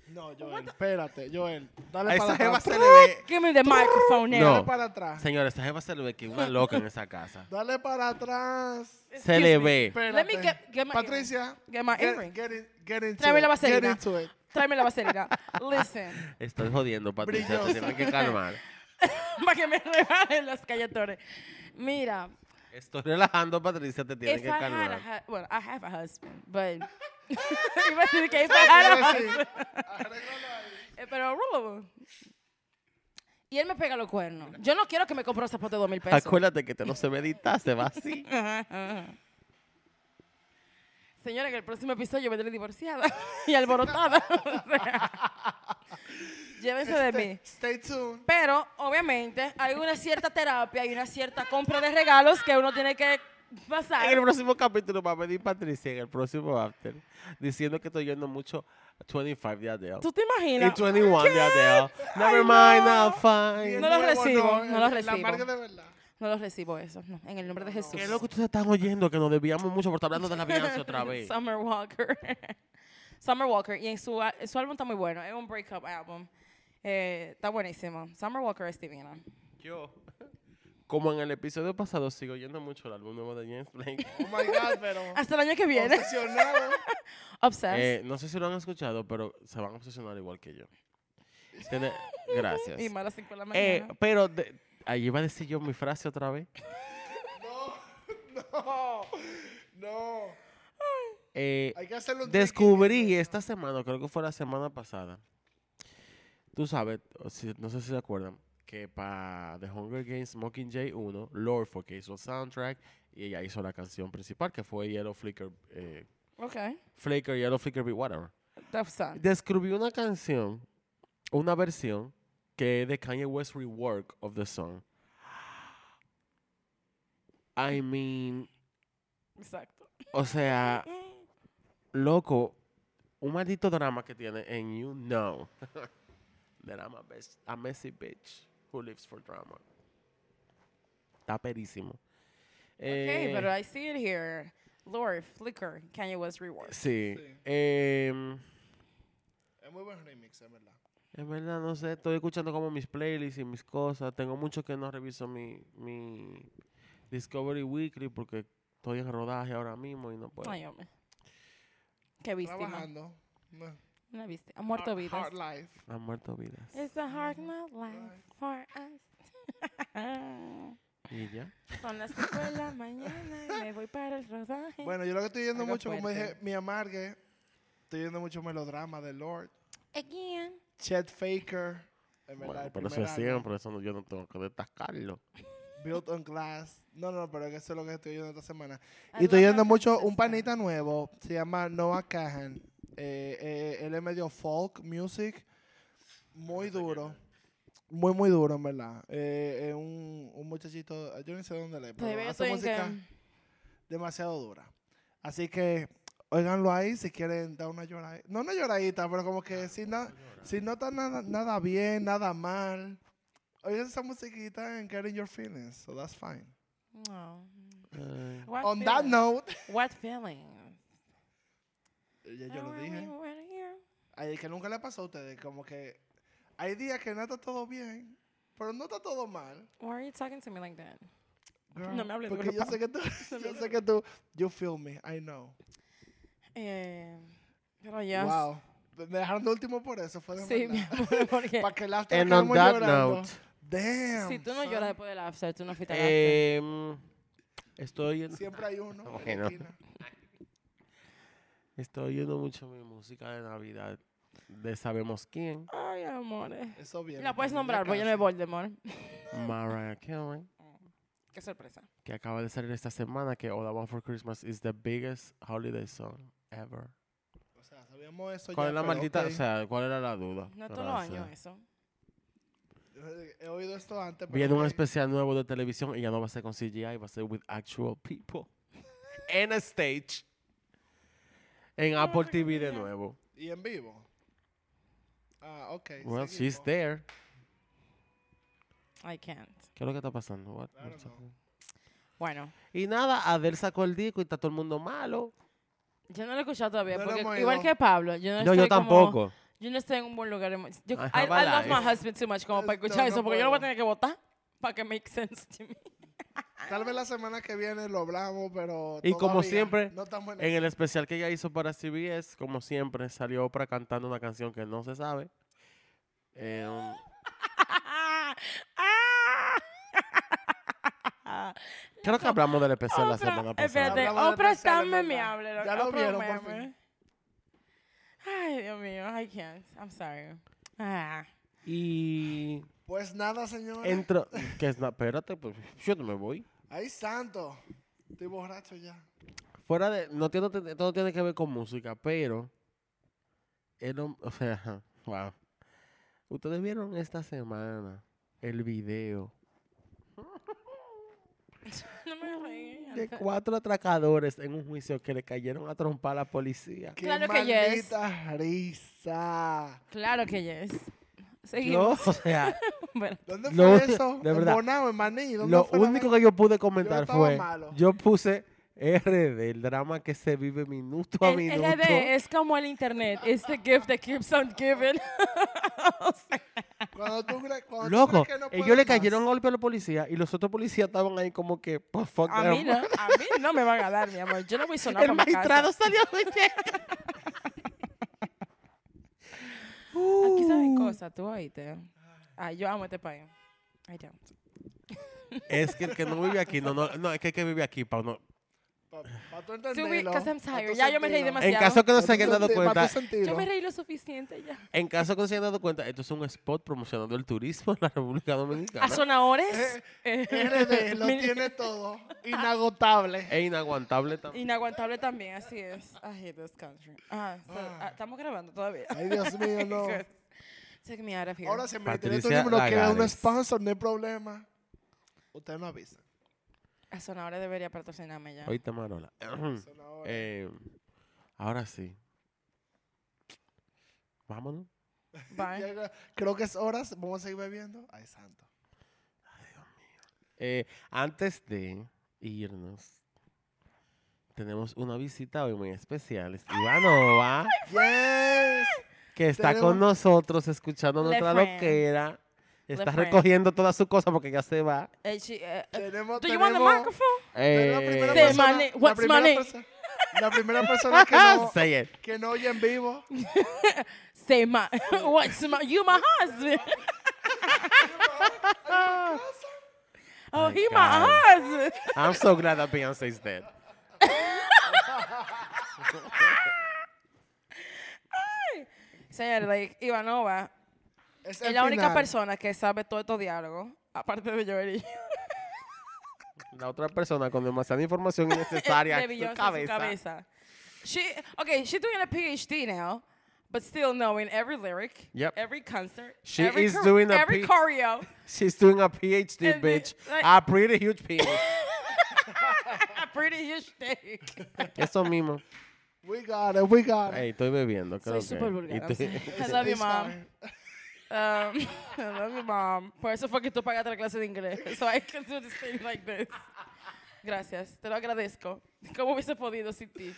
[SPEAKER 4] No, Joel, espérate, Joel. Dale
[SPEAKER 3] A
[SPEAKER 4] para
[SPEAKER 3] esa jeva
[SPEAKER 4] atrás.
[SPEAKER 3] se le ve.
[SPEAKER 2] Give me the microphone now.
[SPEAKER 4] Dale
[SPEAKER 3] No.
[SPEAKER 4] para atrás.
[SPEAKER 3] Señora, esa jeva se le ve que es una loca en esa casa.
[SPEAKER 4] Dale para atrás.
[SPEAKER 3] Se le ve.
[SPEAKER 4] Espérate.
[SPEAKER 2] Let me get- get my
[SPEAKER 4] Patricia.
[SPEAKER 2] earring. Get my
[SPEAKER 4] get,
[SPEAKER 2] earring.
[SPEAKER 4] Get, in, get into
[SPEAKER 2] Tráeme
[SPEAKER 4] it.
[SPEAKER 2] la vaselina.
[SPEAKER 4] Get into it.
[SPEAKER 2] Tráeme la vaselina. Listen.
[SPEAKER 3] Estoy jodiendo, Patricia. Te
[SPEAKER 4] Brillosa.
[SPEAKER 3] tienes que calmar.
[SPEAKER 2] para que me rebajen los calletones. Mira,
[SPEAKER 3] Estoy relajando, Patricia. Te tienes
[SPEAKER 2] if
[SPEAKER 3] que
[SPEAKER 2] I had a
[SPEAKER 3] calmar.
[SPEAKER 2] hu- well, I have a husband, but iba a decir que if I had a husband,
[SPEAKER 4] Quiero decir, arréglalo ahí.
[SPEAKER 2] eh, pero rulable. Y él me pega los cuernos. Yo no quiero que me compre un zapato de dos mil pesos.
[SPEAKER 3] Acuérdate que te no se medita, se va así.
[SPEAKER 2] Señora, en el próximo episodio vendré divorciada y alborotada. O sea, Llévense de
[SPEAKER 3] Este
[SPEAKER 2] mí.
[SPEAKER 4] Stay tuned.
[SPEAKER 2] Pero, obviamente, hay una cierta terapia y una cierta compra de regalos que uno tiene que pasar.
[SPEAKER 3] En el próximo capítulo va a venir Patricia en el próximo after diciendo que estoy oyendo mucho 25 de Adele.
[SPEAKER 2] ¿Tú te
[SPEAKER 3] Y
[SPEAKER 2] imaginas?
[SPEAKER 3] 21 de Adele. Never
[SPEAKER 2] Ay,
[SPEAKER 3] mind,
[SPEAKER 2] no.
[SPEAKER 3] I'll find.
[SPEAKER 2] No lo
[SPEAKER 4] Nuevo,
[SPEAKER 2] recibo, no lo
[SPEAKER 4] el- La
[SPEAKER 2] recibo.
[SPEAKER 4] marca de verdad.
[SPEAKER 2] No los recibo eso, no. En el nombre de Jesús.
[SPEAKER 3] ¿Qué es lo que ustedes están oyendo? Que nos desviamos mucho por estar hablando de la Beyoncé otra vez.
[SPEAKER 2] Summer Walker. Summer Walker. Y en su, a- su álbum está muy bueno. Es un breakup album. Eh, está buenísimo. Summer Walker es divina.
[SPEAKER 3] Yo, como en el episodio pasado, sigo oyendo mucho el álbum nuevo de James Blake.
[SPEAKER 4] Oh my God, pero.
[SPEAKER 2] Hasta el año que viene.
[SPEAKER 4] Obsesionado.
[SPEAKER 2] Obsessed.
[SPEAKER 3] Eh, no sé si lo han escuchado, pero se van a obsesionar igual que yo. Tiene- Gracias.
[SPEAKER 2] y más a las 5 de la mañana.
[SPEAKER 3] Eh, pero de- ahí iba a decir yo mi frase otra vez.
[SPEAKER 4] No.
[SPEAKER 3] eh,
[SPEAKER 4] Hay que hacerlo un
[SPEAKER 3] descubrí
[SPEAKER 4] tricky.
[SPEAKER 3] esta semana, creo que fue la semana pasada. Tú sabes, o si- no sé si se acuerdan, que para The Hunger Games Mockingjay 1, Lord fue que hizo el soundtrack y ella hizo la canción principal, que fue Yellow Flicker, eh,
[SPEAKER 2] Ok.
[SPEAKER 3] Flicker, Yellow Flicker Beat, whatever.
[SPEAKER 2] Tough Sun.
[SPEAKER 3] Describí una canción, una versión, que es de Kanye West rework of the song. I mean,
[SPEAKER 2] Exacto.
[SPEAKER 3] o sea, loco, un maldito drama que tiene en You Know. That I'm a, bes- a messy bitch who lives for drama. Está perísimo.
[SPEAKER 2] Okay,
[SPEAKER 3] Eh,
[SPEAKER 2] but I see it here. Lord, Flicker, Kanye West Rewards.
[SPEAKER 3] Sí.
[SPEAKER 4] Sí.
[SPEAKER 3] em,
[SPEAKER 4] Es muy buen remix, en verdad.
[SPEAKER 3] En verdad, no sé, estoy escuchando como mis playlists y mis cosas. Tengo mucho que no reviso mi, mi Discovery Weekly porque estoy en rodaje ahora mismo y no puedo.
[SPEAKER 2] Ay, hombre. Qué víctima.
[SPEAKER 4] Trabajando. No.
[SPEAKER 2] Una víctima. Ha muerto
[SPEAKER 4] Hard-
[SPEAKER 2] vidas.
[SPEAKER 4] hard life.
[SPEAKER 3] Han muerto vidas.
[SPEAKER 2] It's a hard knock life for us.
[SPEAKER 3] Y ya.
[SPEAKER 2] Son las 5 de la mañana y me voy para el rodaje.
[SPEAKER 4] Bueno, yo lo que estoy yendo
[SPEAKER 2] Algo
[SPEAKER 4] mucho, como
[SPEAKER 2] fuerte.
[SPEAKER 4] dije, mi amargue. Estoy yendo mucho melodrama de Lord.
[SPEAKER 2] Again.
[SPEAKER 4] Chet Faker. En verdad,
[SPEAKER 3] Bueno,
[SPEAKER 4] el
[SPEAKER 3] pero eso
[SPEAKER 4] primer
[SPEAKER 3] es
[SPEAKER 4] álbum.
[SPEAKER 3] siempre, eso no- yo no tengo que destacarlo.
[SPEAKER 4] Built on Glass. No, no, pero eso es lo que estoy oyendo esta semana.
[SPEAKER 2] I
[SPEAKER 4] y estoy
[SPEAKER 2] love
[SPEAKER 4] oyendo
[SPEAKER 2] that
[SPEAKER 4] mucho un
[SPEAKER 2] consistent.
[SPEAKER 4] panita nuevo. Se llama Noah Cahan. Eh, eh, él es medio folk music. Muy duro. Muy, muy duro, en verdad. Eh, eh, un, un muchachito, yo no sé dónde le, pero
[SPEAKER 2] Todavía Pues yo
[SPEAKER 4] hace
[SPEAKER 2] estoy en
[SPEAKER 4] música
[SPEAKER 2] que-
[SPEAKER 4] demasiado dura. Así que, óiganlo ahí si quieren dar una lloradita. No una lloradita, pero como que si, na- si no está nada, nada bien, nada mal. Oigan esa musiquita en Getting Your Feelings, so that's fine.
[SPEAKER 2] No.
[SPEAKER 3] Eh,
[SPEAKER 2] Oh, What
[SPEAKER 4] On that
[SPEAKER 2] feeling?
[SPEAKER 4] note,
[SPEAKER 2] What feeling?
[SPEAKER 4] ya yo lo dije. Ay, que nunca le pasó a ustedes, como que hay días que no está todo bien, pero no está todo mal.
[SPEAKER 2] Why are you talking to me like that?
[SPEAKER 4] girl,
[SPEAKER 2] No me hables
[SPEAKER 4] Porque
[SPEAKER 2] duro,
[SPEAKER 4] yo
[SPEAKER 2] pa.
[SPEAKER 4] sé que tú, yo sé que tú, you feel me, I know.
[SPEAKER 2] Eh, pero ya.
[SPEAKER 4] Wow. Me dejaron de último por eso, fue de
[SPEAKER 2] Sí, mi amor, porque
[SPEAKER 4] Para que el after
[SPEAKER 3] And
[SPEAKER 4] quedemos
[SPEAKER 3] on that
[SPEAKER 4] llorando.
[SPEAKER 3] note,
[SPEAKER 4] Damn.
[SPEAKER 2] si tú no
[SPEAKER 4] son- Eh,
[SPEAKER 2] lloras después del after, tú no fuiste al after.
[SPEAKER 3] em, estoy, en-
[SPEAKER 4] Siempre hay uno. en la
[SPEAKER 3] Bueno.
[SPEAKER 4] esquina.
[SPEAKER 3] estoy oyendo mucho mi música de Navidad de Sabemos Quién,
[SPEAKER 2] Ay, amores.
[SPEAKER 4] Eso viene.
[SPEAKER 2] La puedes
[SPEAKER 4] también,
[SPEAKER 2] nombrar, porque yo no es
[SPEAKER 4] casa.
[SPEAKER 2] Voldemort.
[SPEAKER 3] Mariah Carey.
[SPEAKER 2] Qué sorpresa.
[SPEAKER 3] que acaba de salir esta semana, que All I Want for Christmas is the biggest holiday song ever.
[SPEAKER 4] O sea, sabíamos eso
[SPEAKER 3] ¿Cuál
[SPEAKER 4] Pues ya,
[SPEAKER 3] es la
[SPEAKER 4] pero
[SPEAKER 3] maldita,
[SPEAKER 4] ok.
[SPEAKER 3] o sea, cuál era la duda?
[SPEAKER 2] No
[SPEAKER 3] Pero,
[SPEAKER 2] todos
[SPEAKER 3] o
[SPEAKER 2] los años
[SPEAKER 3] sea,
[SPEAKER 2] eso.
[SPEAKER 4] He oído esto antes. pero
[SPEAKER 3] Viene un
[SPEAKER 4] ok.
[SPEAKER 3] especial nuevo de televisión y ya no va a ser con CGI, va a ser with actual people. en a stage. En Apple TV de nuevo.
[SPEAKER 4] Y en vivo. Ah, ok.
[SPEAKER 3] Well,
[SPEAKER 4] seguimos.
[SPEAKER 3] she's there.
[SPEAKER 2] I can't.
[SPEAKER 3] ¿Qué es lo que está pasando? What-
[SPEAKER 4] Claro,
[SPEAKER 3] what's up?
[SPEAKER 4] no.
[SPEAKER 2] Bueno,
[SPEAKER 3] Y nada, Adele sacó el disco y está todo el mundo malo.
[SPEAKER 2] yo no lo he escuchado todavía.
[SPEAKER 4] No lo hemos
[SPEAKER 2] porque,
[SPEAKER 4] ido.
[SPEAKER 2] igual que Pablo, yo no,
[SPEAKER 3] No,
[SPEAKER 2] estoy
[SPEAKER 3] yo
[SPEAKER 2] como-
[SPEAKER 3] tampoco.
[SPEAKER 2] yo no estoy en un buen lugar. emo- Yo,
[SPEAKER 3] I
[SPEAKER 2] I,
[SPEAKER 3] have a
[SPEAKER 2] I love
[SPEAKER 3] life.
[SPEAKER 2] my husband too much como para
[SPEAKER 4] No,
[SPEAKER 2] escuchar eso,
[SPEAKER 4] no
[SPEAKER 2] porque yo lo voy a
[SPEAKER 4] puedo.
[SPEAKER 2] tener que votar para que make sense to me.
[SPEAKER 4] Tal vez la semana que viene lo hablamos, pero.
[SPEAKER 3] Y como
[SPEAKER 4] todavía
[SPEAKER 3] siempre,
[SPEAKER 4] No estamos en
[SPEAKER 3] En
[SPEAKER 4] eso.
[SPEAKER 3] el especial que ella hizo para CBS, como siempre, salió Oprah cantando una canción que no se sabe. Em, creo que hablamos del especial la
[SPEAKER 2] Oprah,
[SPEAKER 3] semana pasada.
[SPEAKER 2] Espérate,
[SPEAKER 4] Hablamos del
[SPEAKER 2] Oprah está
[SPEAKER 4] especial, es verdad.
[SPEAKER 2] memeable.
[SPEAKER 4] Ya lo
[SPEAKER 2] Oprah
[SPEAKER 4] vieron, por
[SPEAKER 2] meme.
[SPEAKER 4] fin.
[SPEAKER 2] Ay, Dios mío, I can't. I'm sorry. Ah.
[SPEAKER 3] Y
[SPEAKER 4] Pues nada, señor.
[SPEAKER 3] entro... que es, no, espérate, pues, yo no me voy.
[SPEAKER 4] Ay, santo. Estoy borracho ya.
[SPEAKER 3] Fuera de... No tiene, esto no tiene que ver con música, pero... el hom- o sea, wow. Ustedes vieron esta semana el video
[SPEAKER 2] No me reí.
[SPEAKER 3] de cuatro atracadores en un juicio que le cayeron a trompar a la policía.
[SPEAKER 4] Qué
[SPEAKER 2] Claro que yes.
[SPEAKER 4] maldita risa.
[SPEAKER 2] Claro que yes.
[SPEAKER 3] Yo,
[SPEAKER 2] Seguimos.
[SPEAKER 3] o sea,
[SPEAKER 2] Bueno,
[SPEAKER 4] ¿Dónde
[SPEAKER 3] Lo
[SPEAKER 4] fue
[SPEAKER 3] único-
[SPEAKER 4] eso?
[SPEAKER 3] de
[SPEAKER 4] ¿En
[SPEAKER 3] verdad.
[SPEAKER 4] Bonao, en Maní? ¿Dónde
[SPEAKER 3] Lo
[SPEAKER 4] fue la
[SPEAKER 3] único
[SPEAKER 4] vaina?
[SPEAKER 3] que yo pude comentar
[SPEAKER 4] estaba
[SPEAKER 3] fue,
[SPEAKER 4] malo.
[SPEAKER 3] yo puse RD, el drama que se vive minuto a
[SPEAKER 2] el
[SPEAKER 3] minuto.
[SPEAKER 2] LD es como el internet. It's the gift that keeps on giving. O sea,
[SPEAKER 4] Cuando tú crees, cuando tú
[SPEAKER 3] Loco,
[SPEAKER 4] crees que no
[SPEAKER 3] ellos le
[SPEAKER 4] pueden
[SPEAKER 3] cayeron
[SPEAKER 4] más.
[SPEAKER 3] golpe a los policías y los otros policías estaban ahí como que, por fuck
[SPEAKER 2] a
[SPEAKER 3] them".
[SPEAKER 2] mí no, a mí no me van a dar, mi amor. Yo no voy a sonar
[SPEAKER 3] El
[SPEAKER 2] para mi casa.
[SPEAKER 3] magistrado salió de
[SPEAKER 2] Aquí saben cosas, tú oíste. Ay, yo amo este país. I don't.
[SPEAKER 3] Es que el que no vive aquí, no, no, no, es que hay que vivir aquí para uno.
[SPEAKER 4] Pa- pa para tú
[SPEAKER 2] To be-
[SPEAKER 4] entenderlo.
[SPEAKER 2] 'cause I'm
[SPEAKER 4] para tú
[SPEAKER 2] tired. Ya yo me reí
[SPEAKER 4] sentirlo.
[SPEAKER 2] demasiado.
[SPEAKER 3] En caso que no
[SPEAKER 4] Para
[SPEAKER 3] se
[SPEAKER 4] tú
[SPEAKER 3] hayan dado
[SPEAKER 4] sentir- para
[SPEAKER 3] cuenta,
[SPEAKER 4] tú
[SPEAKER 2] Yo
[SPEAKER 4] sentirlo.
[SPEAKER 2] me reí lo suficiente ya.
[SPEAKER 3] en caso que no se hayan dado cuenta, esto es un spot promocionando el turismo en la República Dominicana.
[SPEAKER 2] A
[SPEAKER 4] Eh,
[SPEAKER 2] sonadores. eh,
[SPEAKER 4] RD lo tiene todo. Inagotable.
[SPEAKER 3] Es inaguantable también.
[SPEAKER 2] Inaguantable también, así es. I hate this country. Ah, so- ah, estamos grabando todavía.
[SPEAKER 4] Ay, Dios mío, no.
[SPEAKER 2] Good. Take me out of here.
[SPEAKER 4] Ahora, si me tu
[SPEAKER 3] Patricia
[SPEAKER 4] número, que era un
[SPEAKER 3] Lagares.
[SPEAKER 4] sponsor, no hay problema. Usted no avisa.
[SPEAKER 2] A sonadores debería patrocinarme ya.
[SPEAKER 3] Oíste, Marola.
[SPEAKER 4] Son ahora.
[SPEAKER 3] Eh, ahora sí. Vámonos.
[SPEAKER 2] Bye.
[SPEAKER 4] Llega- Creo que es horas. Vamos a seguir bebiendo. Ay, santo.
[SPEAKER 3] Eh, antes de irnos, tenemos una visita hoy muy especial. Es Ivanova,
[SPEAKER 4] Yes.
[SPEAKER 3] que está
[SPEAKER 4] Tenemos-
[SPEAKER 3] con nosotros escuchando
[SPEAKER 2] Le
[SPEAKER 3] nuestra
[SPEAKER 2] friend.
[SPEAKER 3] loquera. Está
[SPEAKER 2] friend.
[SPEAKER 3] recogiendo todas sus cosas porque ya se va.
[SPEAKER 2] Eh, she- eh, eh,
[SPEAKER 4] Tenemos,
[SPEAKER 2] do you want the
[SPEAKER 4] tenemos-
[SPEAKER 2] microphone?
[SPEAKER 4] tenemos la primera
[SPEAKER 3] Eh,
[SPEAKER 2] Say
[SPEAKER 4] persona-
[SPEAKER 2] my name.
[SPEAKER 4] la
[SPEAKER 2] What's my
[SPEAKER 4] primera
[SPEAKER 2] name?
[SPEAKER 4] perso- La primera persona que no,
[SPEAKER 3] say it.
[SPEAKER 4] que no oye en vivo.
[SPEAKER 2] Say my. What's my? You my husband. oh, he my
[SPEAKER 3] God.
[SPEAKER 2] husband.
[SPEAKER 3] I'm so glad that Beyonce is dead.
[SPEAKER 2] Señores, like, Ivanova
[SPEAKER 4] Es,
[SPEAKER 2] es
[SPEAKER 4] el
[SPEAKER 2] la única
[SPEAKER 4] final.
[SPEAKER 2] persona que sabe todo estos diálogos, aparte de Joel y yo.
[SPEAKER 3] La otra persona con demasiada información innecesaria
[SPEAKER 2] de
[SPEAKER 3] en
[SPEAKER 2] Beyoncé
[SPEAKER 3] su
[SPEAKER 2] en
[SPEAKER 3] cabeza.
[SPEAKER 2] She okay, she's doing a PhD now, but still knowing every lyric,
[SPEAKER 3] Yep.
[SPEAKER 2] every concert,
[SPEAKER 3] She
[SPEAKER 2] every
[SPEAKER 3] is doing a
[SPEAKER 2] every
[SPEAKER 3] P-
[SPEAKER 2] choreo.
[SPEAKER 3] She's doing a PhD,
[SPEAKER 2] And the-
[SPEAKER 3] bitch.
[SPEAKER 2] like-
[SPEAKER 3] a pretty huge penis.
[SPEAKER 2] A pretty huge steak.
[SPEAKER 3] Eso mismo.
[SPEAKER 4] We got it, we got it.
[SPEAKER 3] Ey, estoy bebiendo. creo
[SPEAKER 2] Soy
[SPEAKER 3] que.
[SPEAKER 2] super
[SPEAKER 3] Y
[SPEAKER 2] vulgar. I'm
[SPEAKER 3] estoy-
[SPEAKER 2] sorry. I love you,
[SPEAKER 4] It's
[SPEAKER 2] mom.
[SPEAKER 4] fine.
[SPEAKER 2] Um, I love you, mom. Por eso fue que tú pagaste la clase de inglés. So I can do this thing like this. Gracias. Te lo agradezco. ¿Cómo hubiese podido sin ti?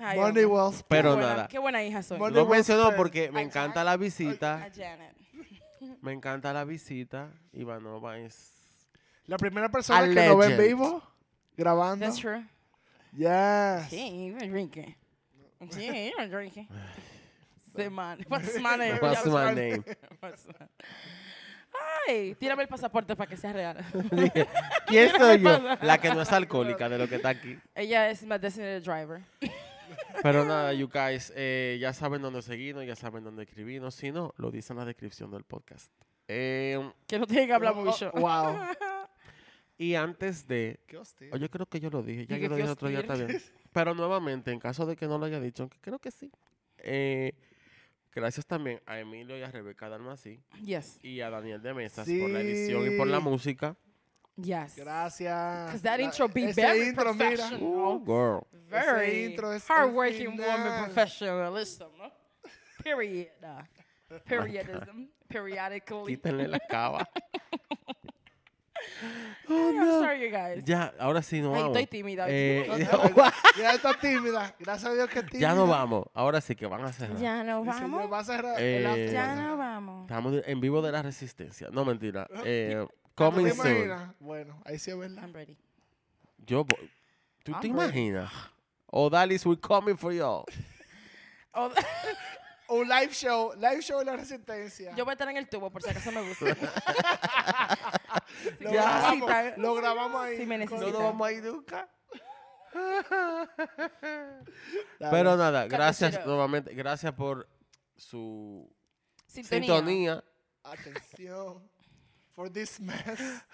[SPEAKER 2] Ay,
[SPEAKER 4] Money
[SPEAKER 2] hombre.
[SPEAKER 4] well spent.
[SPEAKER 3] Pero
[SPEAKER 2] Qué buena-
[SPEAKER 3] nada.
[SPEAKER 2] Qué buena hija soy.
[SPEAKER 4] Money-
[SPEAKER 3] Lo mencionó
[SPEAKER 4] Friend.
[SPEAKER 3] porque me encanta la visita.
[SPEAKER 2] A Janet.
[SPEAKER 3] Me encanta la visita. Ivanova es.
[SPEAKER 4] La primera persona
[SPEAKER 3] A
[SPEAKER 4] que no ve en
[SPEAKER 3] legend.
[SPEAKER 4] vivo grabando.
[SPEAKER 2] That's true.
[SPEAKER 4] Yes.
[SPEAKER 2] She ain't even drinking. She ain't even drinking. Say my What's my name?
[SPEAKER 3] What's
[SPEAKER 2] Ya,
[SPEAKER 3] my
[SPEAKER 2] what's
[SPEAKER 3] name?
[SPEAKER 2] what's my- Ay, tírame el pasaporte para que sea real.
[SPEAKER 3] Dije, ¿Quién soy yo? La que no es alcohólica de lo que está aquí.
[SPEAKER 2] Ella es my designated driver.
[SPEAKER 3] Pero nada, you guys, eh, ya saben dónde seguirnos, ya saben dónde escribirnos. Si no, lo dice en la descripción del podcast. Eh,
[SPEAKER 2] Que no tiene que hablar
[SPEAKER 4] Oh,
[SPEAKER 2] mucho.
[SPEAKER 4] oh, wow.
[SPEAKER 3] y antes de
[SPEAKER 4] Qué hostia.
[SPEAKER 3] Oh, yo creo que yo lo dije, ya
[SPEAKER 2] Dije,
[SPEAKER 3] yo lo
[SPEAKER 2] qué
[SPEAKER 3] dije el otro día, está
[SPEAKER 2] hostil.
[SPEAKER 3] bien. Pero nuevamente, en caso de que no lo haya dicho, aunque creo que sí. eh, gracias también a Emilio y a Rebeca Dalmací
[SPEAKER 2] Yes.
[SPEAKER 3] y a Daniel de Mesas por la edición y por la
[SPEAKER 4] Sí.
[SPEAKER 3] música.
[SPEAKER 2] Yes.
[SPEAKER 4] Gracias.
[SPEAKER 2] Because that
[SPEAKER 4] La-
[SPEAKER 2] intro be
[SPEAKER 4] ese
[SPEAKER 2] very
[SPEAKER 4] intro, mira.
[SPEAKER 2] professional.
[SPEAKER 3] Oh, girl.
[SPEAKER 2] Very
[SPEAKER 4] intro es el
[SPEAKER 2] hardworking woman
[SPEAKER 4] final.
[SPEAKER 2] professionalism. Period. Periodism. Periodically.
[SPEAKER 3] Quítenle la cava.
[SPEAKER 2] Oh, I'm sorry, you guys.
[SPEAKER 3] Ya, ahora sí nos
[SPEAKER 2] Ay,
[SPEAKER 3] vamos.
[SPEAKER 2] estoy tímida.
[SPEAKER 3] Eh,
[SPEAKER 4] No,
[SPEAKER 3] ya,
[SPEAKER 4] ya- ya está tímida. Gracias a Dios que tímida.
[SPEAKER 3] ya no vamos. Ahora sí que van a cerrar.
[SPEAKER 2] Ya no
[SPEAKER 4] Dice,
[SPEAKER 2] vamos.
[SPEAKER 4] ya va a cerrar el
[SPEAKER 3] Eh,
[SPEAKER 4] after.
[SPEAKER 2] Ya no vamos.
[SPEAKER 3] Estamos de- en vivo de la resistencia. No, mentira. Eh,
[SPEAKER 4] ¿Tú te
[SPEAKER 3] coming soon.
[SPEAKER 4] imaginas? Bueno, ahí sí es verdad.
[SPEAKER 2] I'm ready.
[SPEAKER 3] Yo voy- ¿Tú te
[SPEAKER 2] I'm ready.
[SPEAKER 3] imaginas? Oh, Odalis, we're coming for y'all.
[SPEAKER 2] Oh,
[SPEAKER 4] Un live show, live show de la resistencia.
[SPEAKER 2] yo voy a estar en el tubo por si acaso me gusta.
[SPEAKER 4] lo,
[SPEAKER 3] Ya.
[SPEAKER 4] grabamos, lo grabamos ahí.
[SPEAKER 2] Si ¿eh? me
[SPEAKER 4] Con-
[SPEAKER 3] No
[SPEAKER 2] necesitan.
[SPEAKER 3] nos vamos a ir nunca.
[SPEAKER 4] Dale.
[SPEAKER 3] Pero nada,
[SPEAKER 2] it
[SPEAKER 3] gracias
[SPEAKER 2] off.
[SPEAKER 3] nuevamente. Gracias por su
[SPEAKER 2] Sintonía.
[SPEAKER 3] sintonía.
[SPEAKER 4] Atención. For this mess.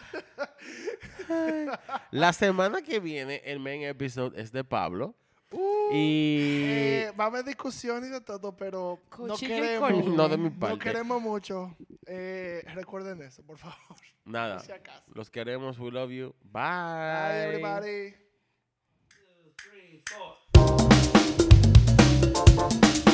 [SPEAKER 3] La semana que viene, el main episode es de Pablo.
[SPEAKER 4] Uh,
[SPEAKER 3] Y.
[SPEAKER 4] eh, va a haber discusión y de todo, pero no
[SPEAKER 2] Cuchillo y
[SPEAKER 4] queremos,
[SPEAKER 2] colín.
[SPEAKER 3] no de mi
[SPEAKER 4] no
[SPEAKER 3] parte.
[SPEAKER 4] queremos mucho. Eh, recuerden eso, por favor.
[SPEAKER 3] Nada.
[SPEAKER 4] Si acaso.
[SPEAKER 3] Los queremos. We love you. Bye.
[SPEAKER 4] Bye, everybody.